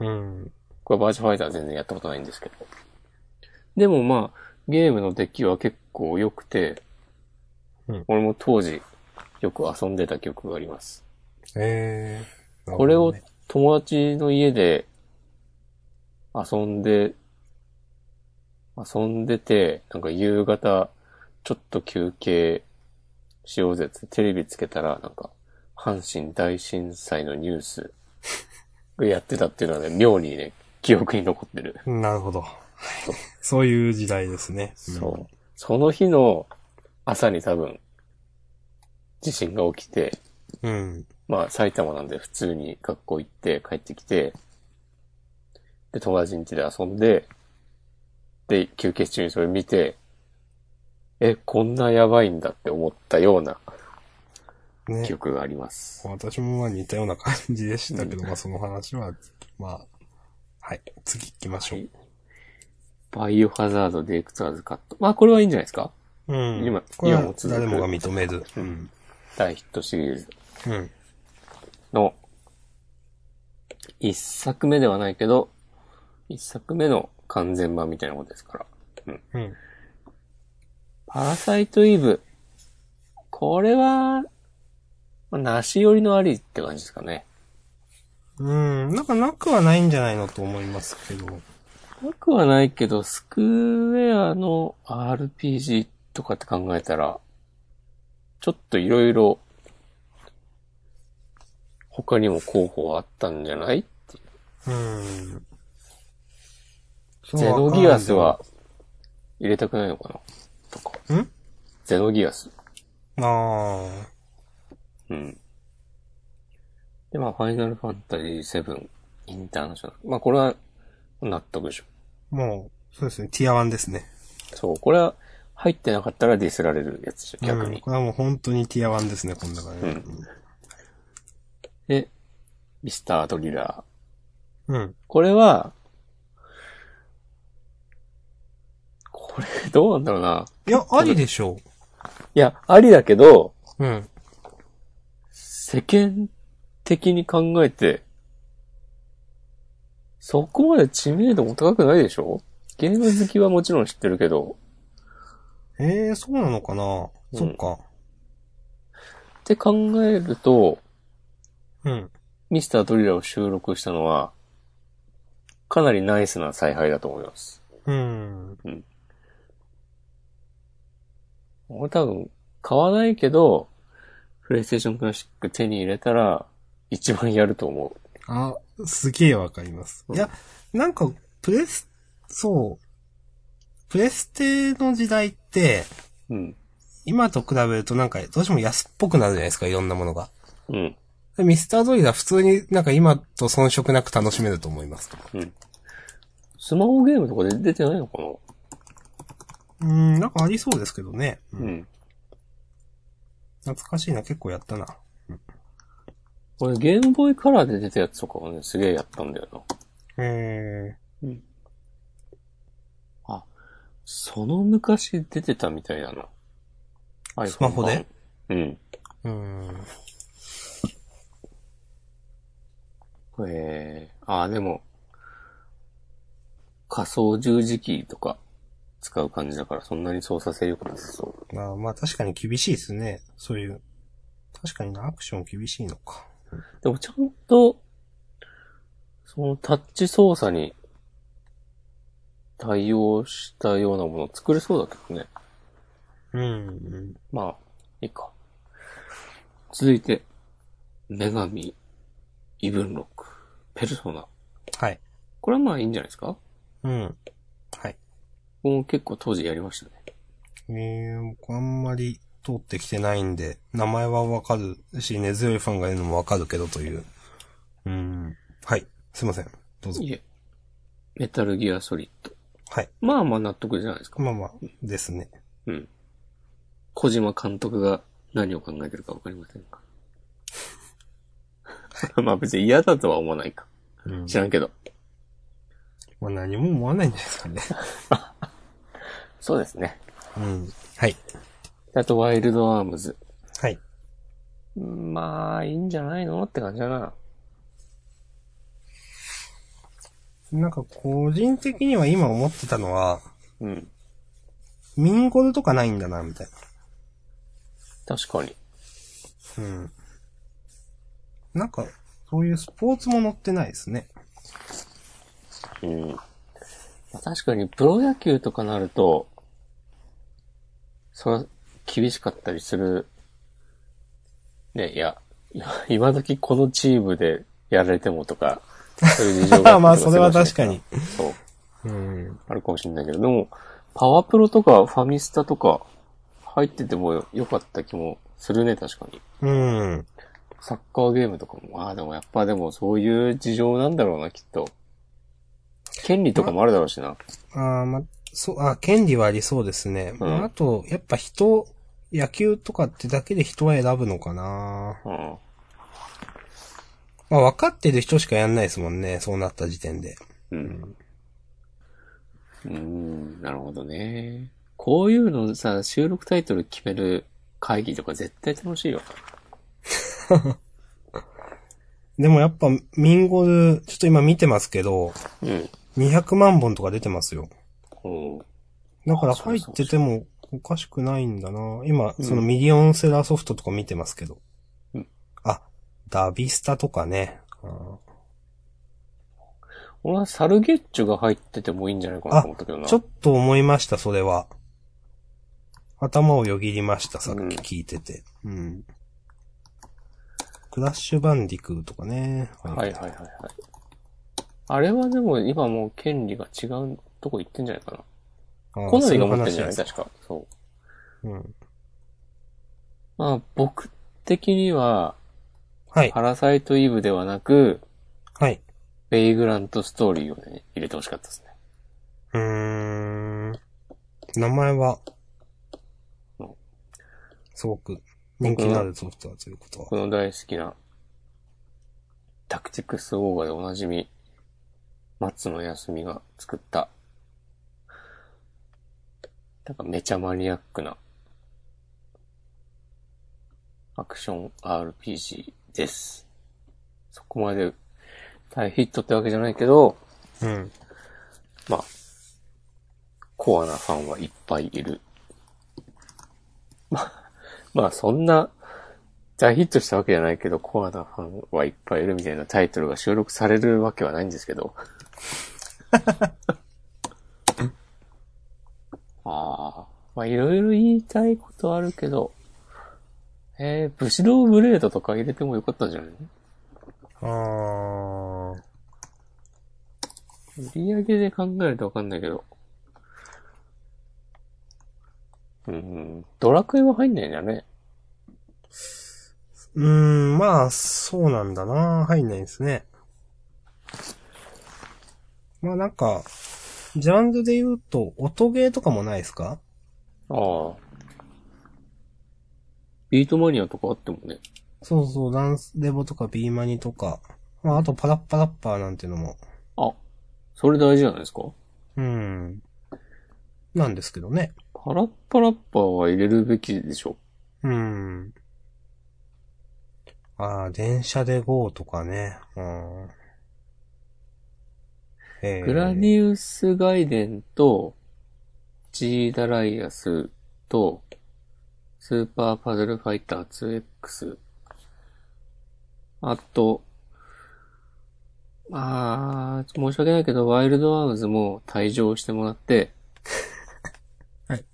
[SPEAKER 2] うん。
[SPEAKER 1] これバーチャファイターは全然やったことないんですけど。でもまあ、ゲームの出来は結構良くて、
[SPEAKER 2] うん
[SPEAKER 1] 俺も当時よく遊んでた記憶があります。
[SPEAKER 2] ええ。
[SPEAKER 1] これを
[SPEAKER 2] なる
[SPEAKER 1] 友達の家で遊んで、遊んでて、なんか夕方ちょっと休憩しようぜってテレビつけたら、なんか阪神大震災のニュースがやってたっていうのはね、妙にね、記憶に残ってる。
[SPEAKER 2] ほどね。なるほど。 そういう時代ですね。
[SPEAKER 1] そう。その日の朝に多分地震が起きて、
[SPEAKER 2] うん。うん。
[SPEAKER 1] まあ埼玉なんで普通に学校行って帰ってきて、で友達ん家で遊んで、で休憩中にそれ見て、え、こんなやばいんだって思ったような
[SPEAKER 2] ね
[SPEAKER 1] 記。憶があります。
[SPEAKER 2] 私もまあ似たような感じでしたけど、まあその話は、まあ、はい。次行きましょう。
[SPEAKER 1] バイオハザード、デイクツアーズカット。まあこれはいいんじゃないですか
[SPEAKER 2] うん。
[SPEAKER 1] 今
[SPEAKER 2] これ
[SPEAKER 1] 今も
[SPEAKER 2] は
[SPEAKER 1] 続く
[SPEAKER 2] 誰もが認める。うん。
[SPEAKER 1] 大ヒットシリーズ
[SPEAKER 2] うん。
[SPEAKER 1] の一作目ではないけど、一作目の完全版みたいなことですから。
[SPEAKER 2] うん。
[SPEAKER 1] パラサイトイブ。これは、まあなし寄りのありって感じですかね。
[SPEAKER 2] うん。なんかなくはないんじゃないのと思いますけど。
[SPEAKER 1] なくはないけど、スクエアの RPG とかって考えたら、ちょっといろいろ、他にも候補はあったんじゃない
[SPEAKER 2] うん。
[SPEAKER 1] ゼノギアスは、入れたくないのかなとか。
[SPEAKER 2] ん
[SPEAKER 1] ゼノギアス。
[SPEAKER 2] ああ。
[SPEAKER 1] うん。で、まあ、ファイナルファンタジー7インターナショナル。まあ、これは納得でしょ。
[SPEAKER 2] もう、そうですね。ティア1ですね。
[SPEAKER 1] そう、これは入ってなかったらディスられるやつじゃん、逆
[SPEAKER 2] うん
[SPEAKER 1] に。
[SPEAKER 2] これはもう本当にティア1ですね、こんな感じ。
[SPEAKER 1] で、ミスタードリラー。
[SPEAKER 2] うん。
[SPEAKER 1] これは、これ、どうなんだろうな。
[SPEAKER 2] いや、ありでしょ
[SPEAKER 1] いや、ありだけど、
[SPEAKER 2] う。うん。
[SPEAKER 1] 世間的に考えて、そこまで知名度も高くないでしょゲーム好きはもちろん知ってるけど、
[SPEAKER 2] ええー、そうなのかな、
[SPEAKER 1] うん
[SPEAKER 2] そっか。
[SPEAKER 1] って考えると、
[SPEAKER 2] うん。
[SPEAKER 1] ミスタードリラを収録したのは、かなりナイスな采配だと思います。
[SPEAKER 2] うん。
[SPEAKER 1] 俺多分、買わないけど、プレイステーションクラシック手に入れたら、一番やると思う。
[SPEAKER 2] あ、すげえわかります。
[SPEAKER 1] うん
[SPEAKER 2] いや、なんか、プレス、そう。プレステの時代って、
[SPEAKER 1] うん。
[SPEAKER 2] 今と比べるとなんか、どうしても安っぽくなるじゃないですか、いろんなものが。
[SPEAKER 1] うん。
[SPEAKER 2] でミスタードリラ普通になんか今と遜色なく楽しめると思います。
[SPEAKER 1] うん。スマホゲームとかで出てないのか
[SPEAKER 2] うん、なんかありそうですけどね。う、
[SPEAKER 1] なうんん。
[SPEAKER 2] 懐かしいな、結構やったな。
[SPEAKER 1] 俺ゲームボーイカラーで出たやつとかをね、すげえやったんだよな。
[SPEAKER 2] へえ。
[SPEAKER 1] その昔出てたみたいだな。iPhone
[SPEAKER 2] スマホで
[SPEAKER 1] 版うん。
[SPEAKER 2] うん。
[SPEAKER 1] えー、ああ、でも、仮想十字キーとか使う感じだから、そんなに操作性良くなさそう。
[SPEAKER 2] まあまあ確かに厳しいですね。そういう。確かにな、アクション厳しいのか。
[SPEAKER 1] でもちゃんと、そのタッチ操作に対応したようなものを作れそうだけどね。
[SPEAKER 2] うん。
[SPEAKER 1] まあ、いいか。続いて、女神、イブンロック、ペルソナ。
[SPEAKER 2] はい。
[SPEAKER 1] これはまあいいんじゃないですか
[SPEAKER 2] うん。はい。
[SPEAKER 1] もう結構当時やりましたね。
[SPEAKER 2] えー、僕あんまり通ってきてないんで、名前はわかるし、根強いファンがいるのもわかるけどという。うん。はい。すいません。どうぞ。
[SPEAKER 1] いえ。メタルギアソリッド。
[SPEAKER 2] はい。
[SPEAKER 1] まあまあ納得じゃないですか。
[SPEAKER 2] まあまあ、ですね。
[SPEAKER 1] うん。小島監督が何を考えてるかわかりませんか。 まあ別に嫌だとは思わないか。
[SPEAKER 2] うん
[SPEAKER 1] 知らんけど。
[SPEAKER 2] まあ何も思わないんじゃないですかね。
[SPEAKER 1] そうですね。
[SPEAKER 2] うん。はい。
[SPEAKER 1] あと、ワイルドアームズ。
[SPEAKER 2] はい。
[SPEAKER 1] まあ、いいんじゃないのって感じだな。
[SPEAKER 2] なんか個人的には今思ってたのは、
[SPEAKER 1] うん。
[SPEAKER 2] ミンゴルとかないんだな、みたい
[SPEAKER 1] 確かに。
[SPEAKER 2] な。うん。なんか、そういうスポーツも載ってないですね。
[SPEAKER 1] うん。まあ確かに、プロ野球とかなると、そら、厳しかったりする。ね、いや、いや今時このチームでやられてもとか、そういう事情がったりとかするらしい
[SPEAKER 2] まあ、それは確かに。。
[SPEAKER 1] そう。
[SPEAKER 2] うん。
[SPEAKER 1] あるかもしれないけど、でも、パワプロとかファミスタとか入っててもよかった気もするね、確かに。
[SPEAKER 2] うん。
[SPEAKER 1] サッカーゲームとかも、ああ、でもやっぱでもそういう事情なんだろうな、きっと。権利とかもあるだろうしな。
[SPEAKER 2] ああ、ま、そう、あ権利はありそうですね。
[SPEAKER 1] うん
[SPEAKER 2] まあ、あと、やっぱ人、野球とかってだけで人は選ぶのかな
[SPEAKER 1] うん。
[SPEAKER 2] まあ、分かってる人しかやんないですもんね。そうなった時点で。
[SPEAKER 1] うん。うーん、なるほどね。こういうのさ、収録タイトル決める会議とか絶対楽しいよ。
[SPEAKER 2] でもやっぱ、ミンゴル、ちょっと今見てますけど、
[SPEAKER 1] うん。
[SPEAKER 2] 200万本とか出てますよ。
[SPEAKER 1] おう
[SPEAKER 2] だから
[SPEAKER 1] あそう
[SPEAKER 2] 入
[SPEAKER 1] そう
[SPEAKER 2] っててもおかしくないんだな今、
[SPEAKER 1] うん
[SPEAKER 2] そのミリオンセラーソフトとか見てますけど。
[SPEAKER 1] うん
[SPEAKER 2] あ、ダビスタとかね。
[SPEAKER 1] 俺はサルゲッチュが入っててもいいんじゃないかなと思ったけどな。
[SPEAKER 2] ちょっと思いました、それは。頭をよぎりました、さっ
[SPEAKER 1] うん
[SPEAKER 2] き聞いてて。うん。クラッシュバンディクーとかね。
[SPEAKER 1] はいはいはいはい。あれはでも今もう権利が違うとこ行ってんじゃないか
[SPEAKER 2] あ
[SPEAKER 1] な。
[SPEAKER 2] ー
[SPEAKER 1] 好みが持ってんじゃない
[SPEAKER 2] そういう話で
[SPEAKER 1] 確
[SPEAKER 2] す
[SPEAKER 1] か。そう。
[SPEAKER 2] うん。
[SPEAKER 1] まあ僕的には、
[SPEAKER 2] はい。
[SPEAKER 1] パラサイトイブではなく、
[SPEAKER 2] はい。
[SPEAKER 1] ベイグラントストーリーをね、入れてほしかったですね。
[SPEAKER 2] うーん。名前はすごく人気のあるソフトだということは。
[SPEAKER 1] 僕の大好きな、タクティクスオーバーでおなじみ、松野康美が作った、なんかめちゃマニアックな、アクション RPG です。そこまで大ヒットってわけじゃないけど、
[SPEAKER 2] うん。
[SPEAKER 1] まあ、コアなファンはいっぱいいる。まあ、まあそんな、大ヒットしたわけじゃないけど、コアなファンはいっぱいいるみたいなタイトルが収録されるわけはないんですけど。ああ、まあいろいろ言いたいことあるけど、えー、武士道ブレードとか入れてもよかったんじゃないの
[SPEAKER 2] あー。
[SPEAKER 1] 売り上げで考えるとわかんないけど。うん、ドラクエは入んないんだね。
[SPEAKER 2] うーん、まあ、そうなんだな入んないですね。まあなんか、ジャンルで言うと、音ゲーとかもないですか
[SPEAKER 1] ああ。ビートマニアとかあってもね。
[SPEAKER 2] そうそう、ダンスレボとかビーマニとか、まああとパラッパラッパーなんていうのも、
[SPEAKER 1] あ、それ大事じゃないですか
[SPEAKER 2] うん。なんですけどね。
[SPEAKER 1] パラッパラッパーは入れるべきでしょ。
[SPEAKER 2] うん。ああ、電車で GO とかね。うん。えー
[SPEAKER 1] グラディウス・ガイデンと、ジー・ダライアスと、スーパーパズルファイター 2X。あと、まあ、申し訳ないけど、ワイルドアームズも退場してもらって、
[SPEAKER 2] はい。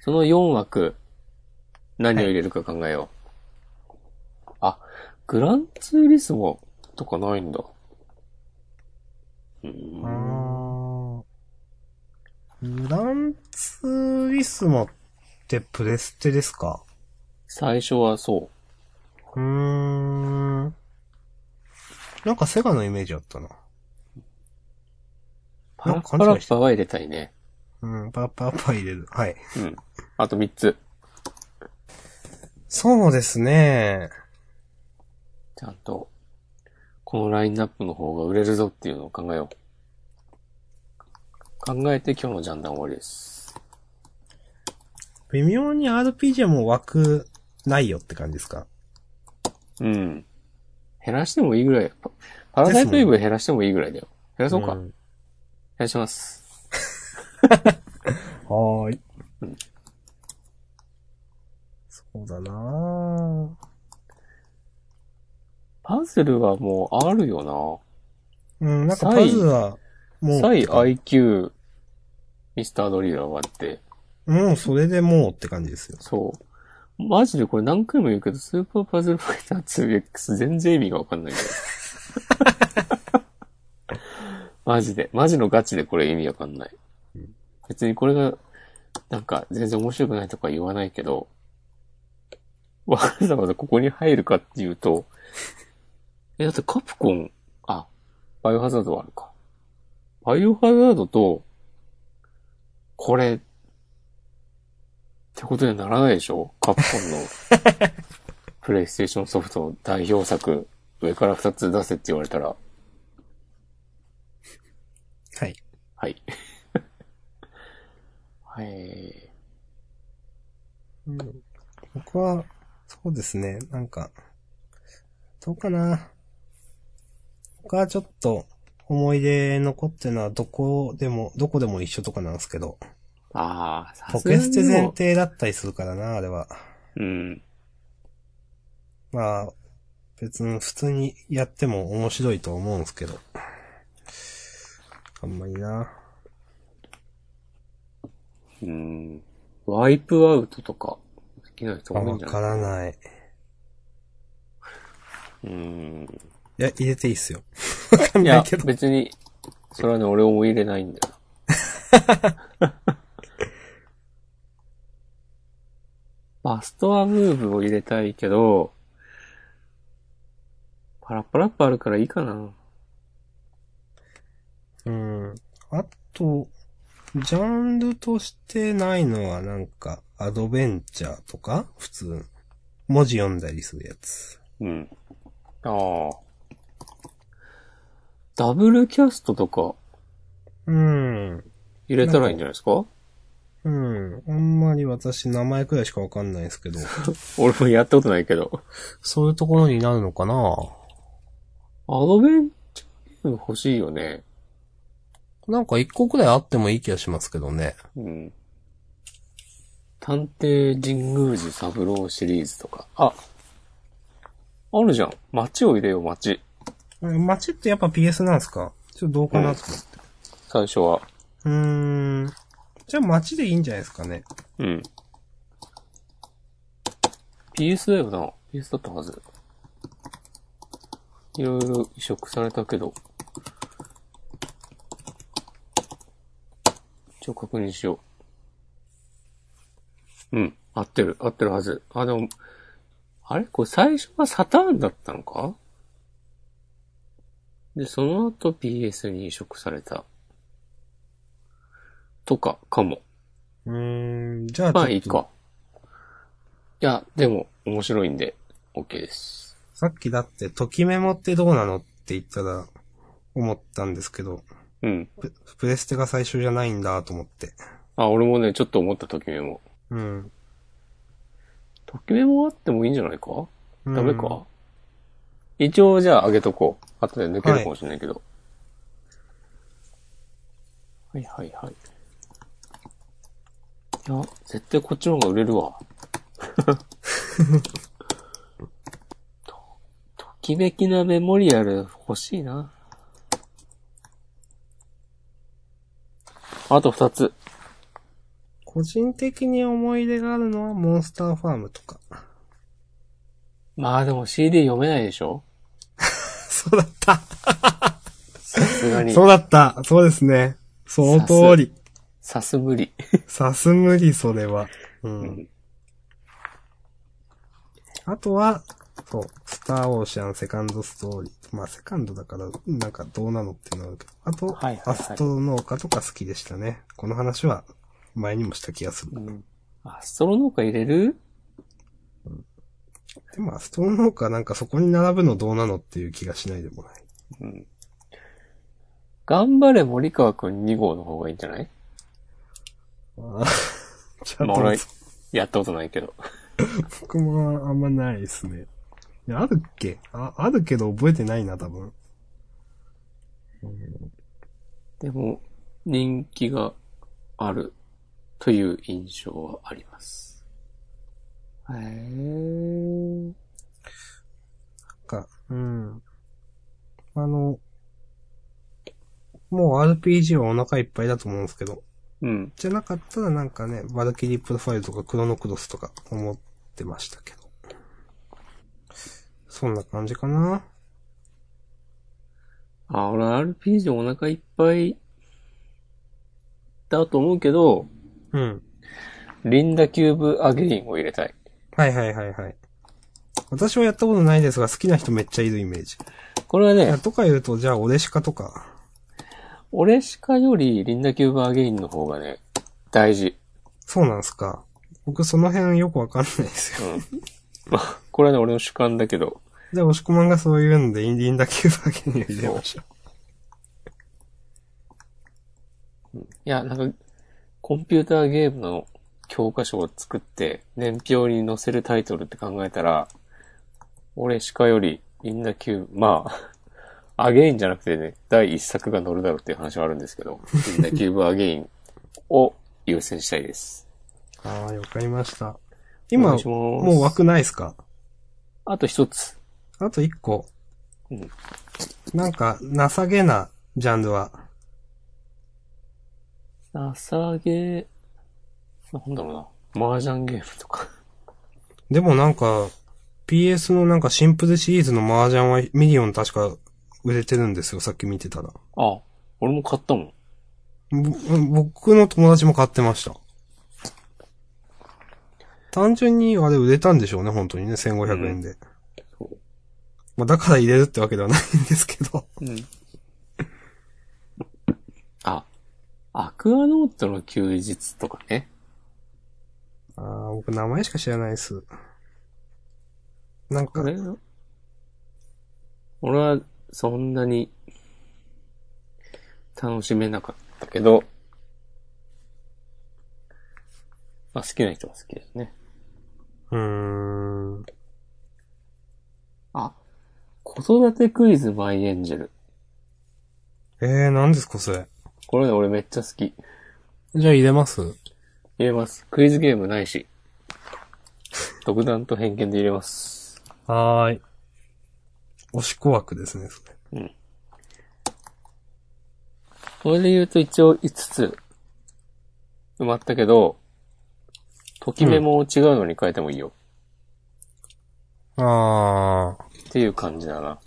[SPEAKER 1] その4枠、何を入れるか考えよう。あ、グランツーリスモとかないんだ。うー
[SPEAKER 2] あ
[SPEAKER 1] ん
[SPEAKER 2] ーグランツーリスモってプレステですか
[SPEAKER 1] 最初はそう。
[SPEAKER 2] うーん。なんかセガのイメージあったな。
[SPEAKER 1] パラッパラッパは入れたいね。
[SPEAKER 2] うん、パラッパラッパー入れる。はい。
[SPEAKER 1] うん。あと3つ。
[SPEAKER 2] そうですね。
[SPEAKER 1] ちゃんと、このラインナップの方が売れるぞっていうのを考えよう。考えて今日のジャンダン終わりです。
[SPEAKER 2] 微妙に RPG はもう枠ないよって感じですか
[SPEAKER 1] うん。減らしてもいいぐらい。パパラダイトイブ減らしてもいいぐらいだよ。減らそうか。
[SPEAKER 2] ん
[SPEAKER 1] 減らします。
[SPEAKER 2] はーい
[SPEAKER 1] うん。
[SPEAKER 2] そうだな
[SPEAKER 1] パズルはもうあるよ
[SPEAKER 2] ぁうん、なんか
[SPEAKER 1] サイ
[SPEAKER 2] パズルは、も
[SPEAKER 1] な。
[SPEAKER 2] う、
[SPEAKER 1] サイ IQ、ミスタードリーダーがあって。
[SPEAKER 2] もうそれでもうって感じですよ。
[SPEAKER 1] そう。マジでこれ何回も言うけど、スーパーパズルファイター 2X 全然意味がわかんないけど。 マジで。マジのガチでこれ意味わかんない。別にこれが、なんか全然面白くないとか言わないけど、わざわざここに入るかっていうと、え、だってカプコン、あ、バイオハザードはあるか。バイオハザードと、これ、ってことにはならないでしょカプコ ンの、プレイステーションソフトの代表作、上から2つ出せって言われたら、
[SPEAKER 2] はい。
[SPEAKER 1] はい。 はい。
[SPEAKER 2] 僕は、そうですね、なんか、どうかな僕はちょっと、思い出残ってるのはどこでも、どこでも一緒とかなんですけど、
[SPEAKER 1] ああ、さ
[SPEAKER 2] ポ
[SPEAKER 1] すが
[SPEAKER 2] ケ
[SPEAKER 1] に
[SPEAKER 2] ステ前
[SPEAKER 1] も
[SPEAKER 2] 提だったりするからな、あれは。
[SPEAKER 1] う。うん。
[SPEAKER 2] まあ、別に普通にやっても面白いと思うんですけど。あんまりな。
[SPEAKER 1] うん。ワイプアウトとか、好きな人
[SPEAKER 2] あ
[SPEAKER 1] 多い
[SPEAKER 2] わ
[SPEAKER 1] んじゃ
[SPEAKER 2] か
[SPEAKER 1] ない
[SPEAKER 2] らない。
[SPEAKER 1] うん。
[SPEAKER 2] いや、入れていいっすよ。わかん
[SPEAKER 1] い
[SPEAKER 2] ない
[SPEAKER 1] や
[SPEAKER 2] け、ど。
[SPEAKER 1] 別に、それはね、俺も入れないんだ よ。バストアムーブを入れたいけど、パラッパラッパあるからいいかな。
[SPEAKER 2] うん。あと、ジャンルとしてないのはなんか、アドベンチャーとか普通。文字読んだりするやつ。
[SPEAKER 1] うん。ああ。ダブルキャストとか
[SPEAKER 2] うん。
[SPEAKER 1] 入れたらいいんじゃないですか
[SPEAKER 2] うん。あんまり私名前くらいしかわかんないですけど、
[SPEAKER 1] 俺もやったことないけど。
[SPEAKER 2] そういうところになるのかな
[SPEAKER 1] アドベンチャーゲーム欲しいよね。
[SPEAKER 2] なんか一個くらいあってもいい気がしますけどね。
[SPEAKER 1] うん。探偵神宮寺三郎シリーズとか。あ、あるじゃん。街を入れよう、街。
[SPEAKER 2] 街ってやっぱ PS なんですかちょっとどうかなと思って。
[SPEAKER 1] 最初は。
[SPEAKER 2] うーん。じゃあ街でいいんじゃないですかね。
[SPEAKER 1] うん。PS だよな。PS だったはず。いろいろ移植されたけど。一応確認しよう。うん。合ってる。合ってるはず。あ、でも、あれこれ最初はサターンだったのかで、その後 PS に移植された。とか、かも。
[SPEAKER 2] うーん。じゃあちょっと
[SPEAKER 1] まあいいか。いや、でも、面白いんで、OK です。
[SPEAKER 2] さっきだって、ときメモってどうなのって言ったら、思ったんですけど、
[SPEAKER 1] うん。
[SPEAKER 2] ププレステが最初じゃないんだと思って。
[SPEAKER 1] あ、俺もね、ちょっと思ったときメモ。
[SPEAKER 2] うん。
[SPEAKER 1] ときメモあってもいいんじゃないか
[SPEAKER 2] うん
[SPEAKER 1] ダメか、一応じゃあ上げとこう。後で抜けるかもしれないけど。はい、はい、はい。いや、絶対こっちの方が売れるわ。 と、ときめきなメモリアル欲しいな。あと二つ。
[SPEAKER 2] 個人的に思い出があるのは、モンスターファームとか。
[SPEAKER 1] まあでも CD 読めないでしょ
[SPEAKER 2] そうだった。
[SPEAKER 1] さすがに。
[SPEAKER 2] そうだった。そうですね。その通り。
[SPEAKER 1] さすぶり。
[SPEAKER 2] さす無理、それは。うん。
[SPEAKER 1] うん
[SPEAKER 2] あとは、そう、スターオーシャンセカンドストーリー。まあ、セカンドだから、なんかどうなのってなるけど。あと、
[SPEAKER 1] はいはいはい
[SPEAKER 2] アストロ農家とか好きでしたね。この話は、前にもした気がする。
[SPEAKER 1] うんあ、ストロ農家入れる
[SPEAKER 2] でも、アストロ農家なんかそこに並ぶのどうなのっていう気がしないで もない。
[SPEAKER 1] うん頑張れ森川くん2号の方がいいんじゃない
[SPEAKER 2] ああ、ちょ
[SPEAKER 1] まあ
[SPEAKER 2] っ
[SPEAKER 1] 俺
[SPEAKER 2] と、、
[SPEAKER 1] やったことないけど。
[SPEAKER 2] 僕もあんまないですね。いや、あるっけあ、あるけど覚えてないな、多分。
[SPEAKER 1] でも、人気があるという印象はあります。へー。
[SPEAKER 2] か、うん。あの、もう RPG はお腹いっぱいだと思うんですけど、
[SPEAKER 1] うん。
[SPEAKER 2] じゃなかったらなんかね、バルキリープロファイルとかクロノクロスとか思ってましたけど。そんな感じかな。
[SPEAKER 1] あ、俺 RPG お腹いっぱいだと思うけど、
[SPEAKER 2] うん。
[SPEAKER 1] リンダキューブアゲインを入れたい。
[SPEAKER 2] はいはいはいはい。私はやったことないですが、好きな人めっちゃいるイメージ。
[SPEAKER 1] これはい
[SPEAKER 2] や、
[SPEAKER 1] ね、
[SPEAKER 2] とか言うと、じゃあ、オレシカとか。
[SPEAKER 1] 俺しかよりリンダキューブアゲインの方がね、大事。
[SPEAKER 2] そうなんすか。僕、その辺よくわかんないですよ。
[SPEAKER 1] うん。 まあ、これはね、俺の主観だけど。
[SPEAKER 2] じゃあ、押し込まんがそういうんで、インディンだけだけに入れましょう。
[SPEAKER 1] いや、なんか、コンピューターゲームの教科書を作って、年表に載せるタイトルって考えたら、俺鹿より、みんな級、まあ、 アゲインじゃなくてね、第一作が載るだろうっていう話はあるんですけど、みんなキューブアゲインを優先したいです。
[SPEAKER 2] ああ、わかりました。
[SPEAKER 1] お
[SPEAKER 2] 今
[SPEAKER 1] 願い、します
[SPEAKER 2] もう枠ないですか
[SPEAKER 1] あと一つ。
[SPEAKER 2] あと一個。
[SPEAKER 1] うん
[SPEAKER 2] なんか、情けなジャンルは。
[SPEAKER 1] さげ、なんだろうな、麻雀ゲームとか。
[SPEAKER 2] でもなんか、PS のなんかシンプルシリーズの麻雀はミリオン確か売れてるんですよ、さっき見てたら。
[SPEAKER 1] あ、俺も買ったもん。
[SPEAKER 2] ぼ僕の友達も買ってました。単純にあれ売れたんでしょうね、本当にね、1500円で。
[SPEAKER 1] そう
[SPEAKER 2] まあ、だから入れるってわけではないんですけど。
[SPEAKER 1] うん。あ、アクアノートの休日とかね。
[SPEAKER 2] あー僕名前しか知らないです。なんか
[SPEAKER 1] こ、れ、俺はそんなに楽しめなかったけど、まあ好きな人は好きだよね。
[SPEAKER 2] うーん。
[SPEAKER 1] あ、子育てクイズマイエンジェル。
[SPEAKER 2] えー、何ですかそれ。
[SPEAKER 1] これね、俺めっちゃ好き。
[SPEAKER 2] じゃあ入れます
[SPEAKER 1] 入れます。クイズゲームないし。独断と偏見で入れます。
[SPEAKER 2] はーい。押し子枠ですね、それ。
[SPEAKER 1] これで言うと一応5つ埋まったけど、ときメモを違うのに変えてもいいよ。
[SPEAKER 2] あー、
[SPEAKER 1] っていう感じだな。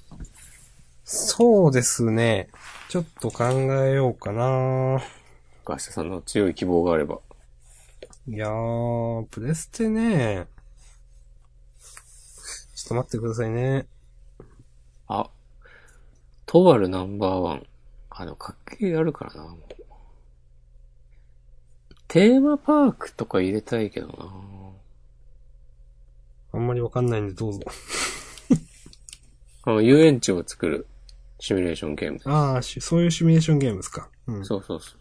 [SPEAKER 2] そうですね。ちょっと考えようかな
[SPEAKER 1] ガシャさんの強い希望があれば。
[SPEAKER 2] いやー、プレステねちょっと待ってくださいね。
[SPEAKER 1] あ、トワルナンバーワン。あ、でもかっけえあるからな、もう。テーマパークとか入れたいけどな。
[SPEAKER 2] あんまりわかんないんでどうぞ。
[SPEAKER 1] あの、遊園地を作るシミュレーションゲーム。
[SPEAKER 2] あーし、そういうシミュレーションゲームですか。うん。
[SPEAKER 1] そうそうそう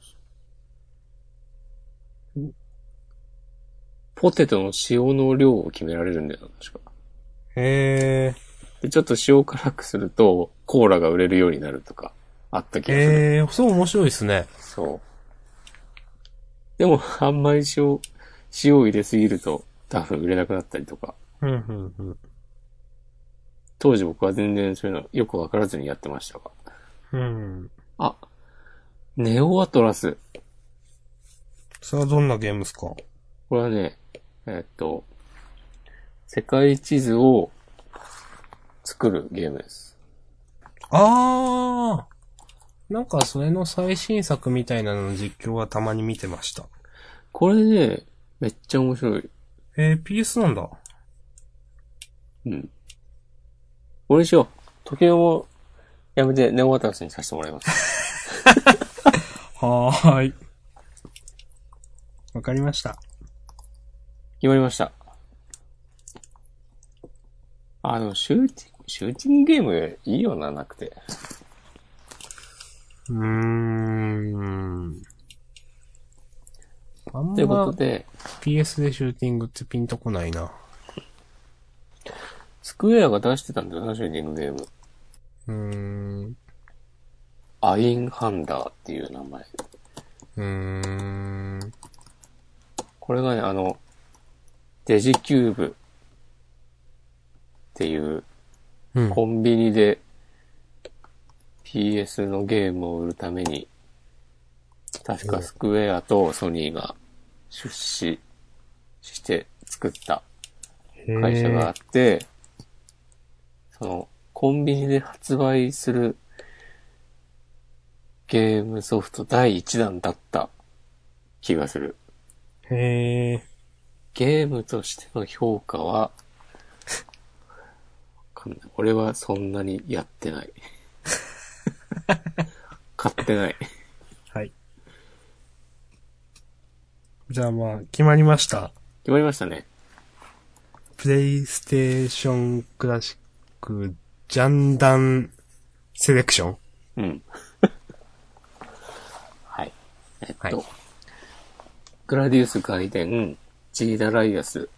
[SPEAKER 1] そう。ポテトの塩の量を決められるんだよな、確か。
[SPEAKER 2] え
[SPEAKER 1] で、ちょっと塩辛くすると、コーラが売れるようになるとか、あった
[SPEAKER 2] ー、
[SPEAKER 1] 気がする。
[SPEAKER 2] えー、そう面白いですね。
[SPEAKER 1] そう。でも、あんまり塩、塩を入れすぎると、多分売れなくなったりとか。
[SPEAKER 2] うん、うん、うん。
[SPEAKER 1] 当時僕は全然そういうのよくわからずにやってましたが。
[SPEAKER 2] うん。
[SPEAKER 1] あ、ネオアトラス。
[SPEAKER 2] それはどんなゲームですか
[SPEAKER 1] これはね、えっと、世界地図を作るゲームです。
[SPEAKER 2] あーなんかそれの最新作みたいなのの実況はたまに見てました。
[SPEAKER 1] これね、めっちゃ面白い。
[SPEAKER 2] えー、PS なんだ。
[SPEAKER 1] うん。これにしよう。時計をやめてネオアトラスにさせてもらいます。
[SPEAKER 2] はーい。わかりました。
[SPEAKER 1] 決まりました。あの、シューティング、シューティングゲームいいよな、なくて。
[SPEAKER 2] うーん。あん
[SPEAKER 1] というこ
[SPEAKER 2] ま
[SPEAKER 1] とで、
[SPEAKER 2] PS でシューティングってピンとこないな。
[SPEAKER 1] スクエアが出してたんだよな、シューティングゲーム。
[SPEAKER 2] うーん。
[SPEAKER 1] アインハンダーっていう名前。
[SPEAKER 2] うーん。
[SPEAKER 1] これがね、あの、デジキューブっていう
[SPEAKER 2] うん。
[SPEAKER 1] コンビニで PS のゲームを売るために、確かスクエアとソニーが出資して作った会社があって、その、コンビニで発売するゲームソフト第1弾だった気がする。
[SPEAKER 2] へー。へー。
[SPEAKER 1] ゲームとしての評価は、わかんない。俺はそんなにやってない。買ってない。
[SPEAKER 2] はい。じゃあまあ、決まりました。
[SPEAKER 1] 決まりましたね。
[SPEAKER 2] プレイステーションクラシックジャンダンセレクション。
[SPEAKER 1] うん。はい。えっと、
[SPEAKER 2] はい
[SPEAKER 1] グラディウス外伝、ジーダライアス、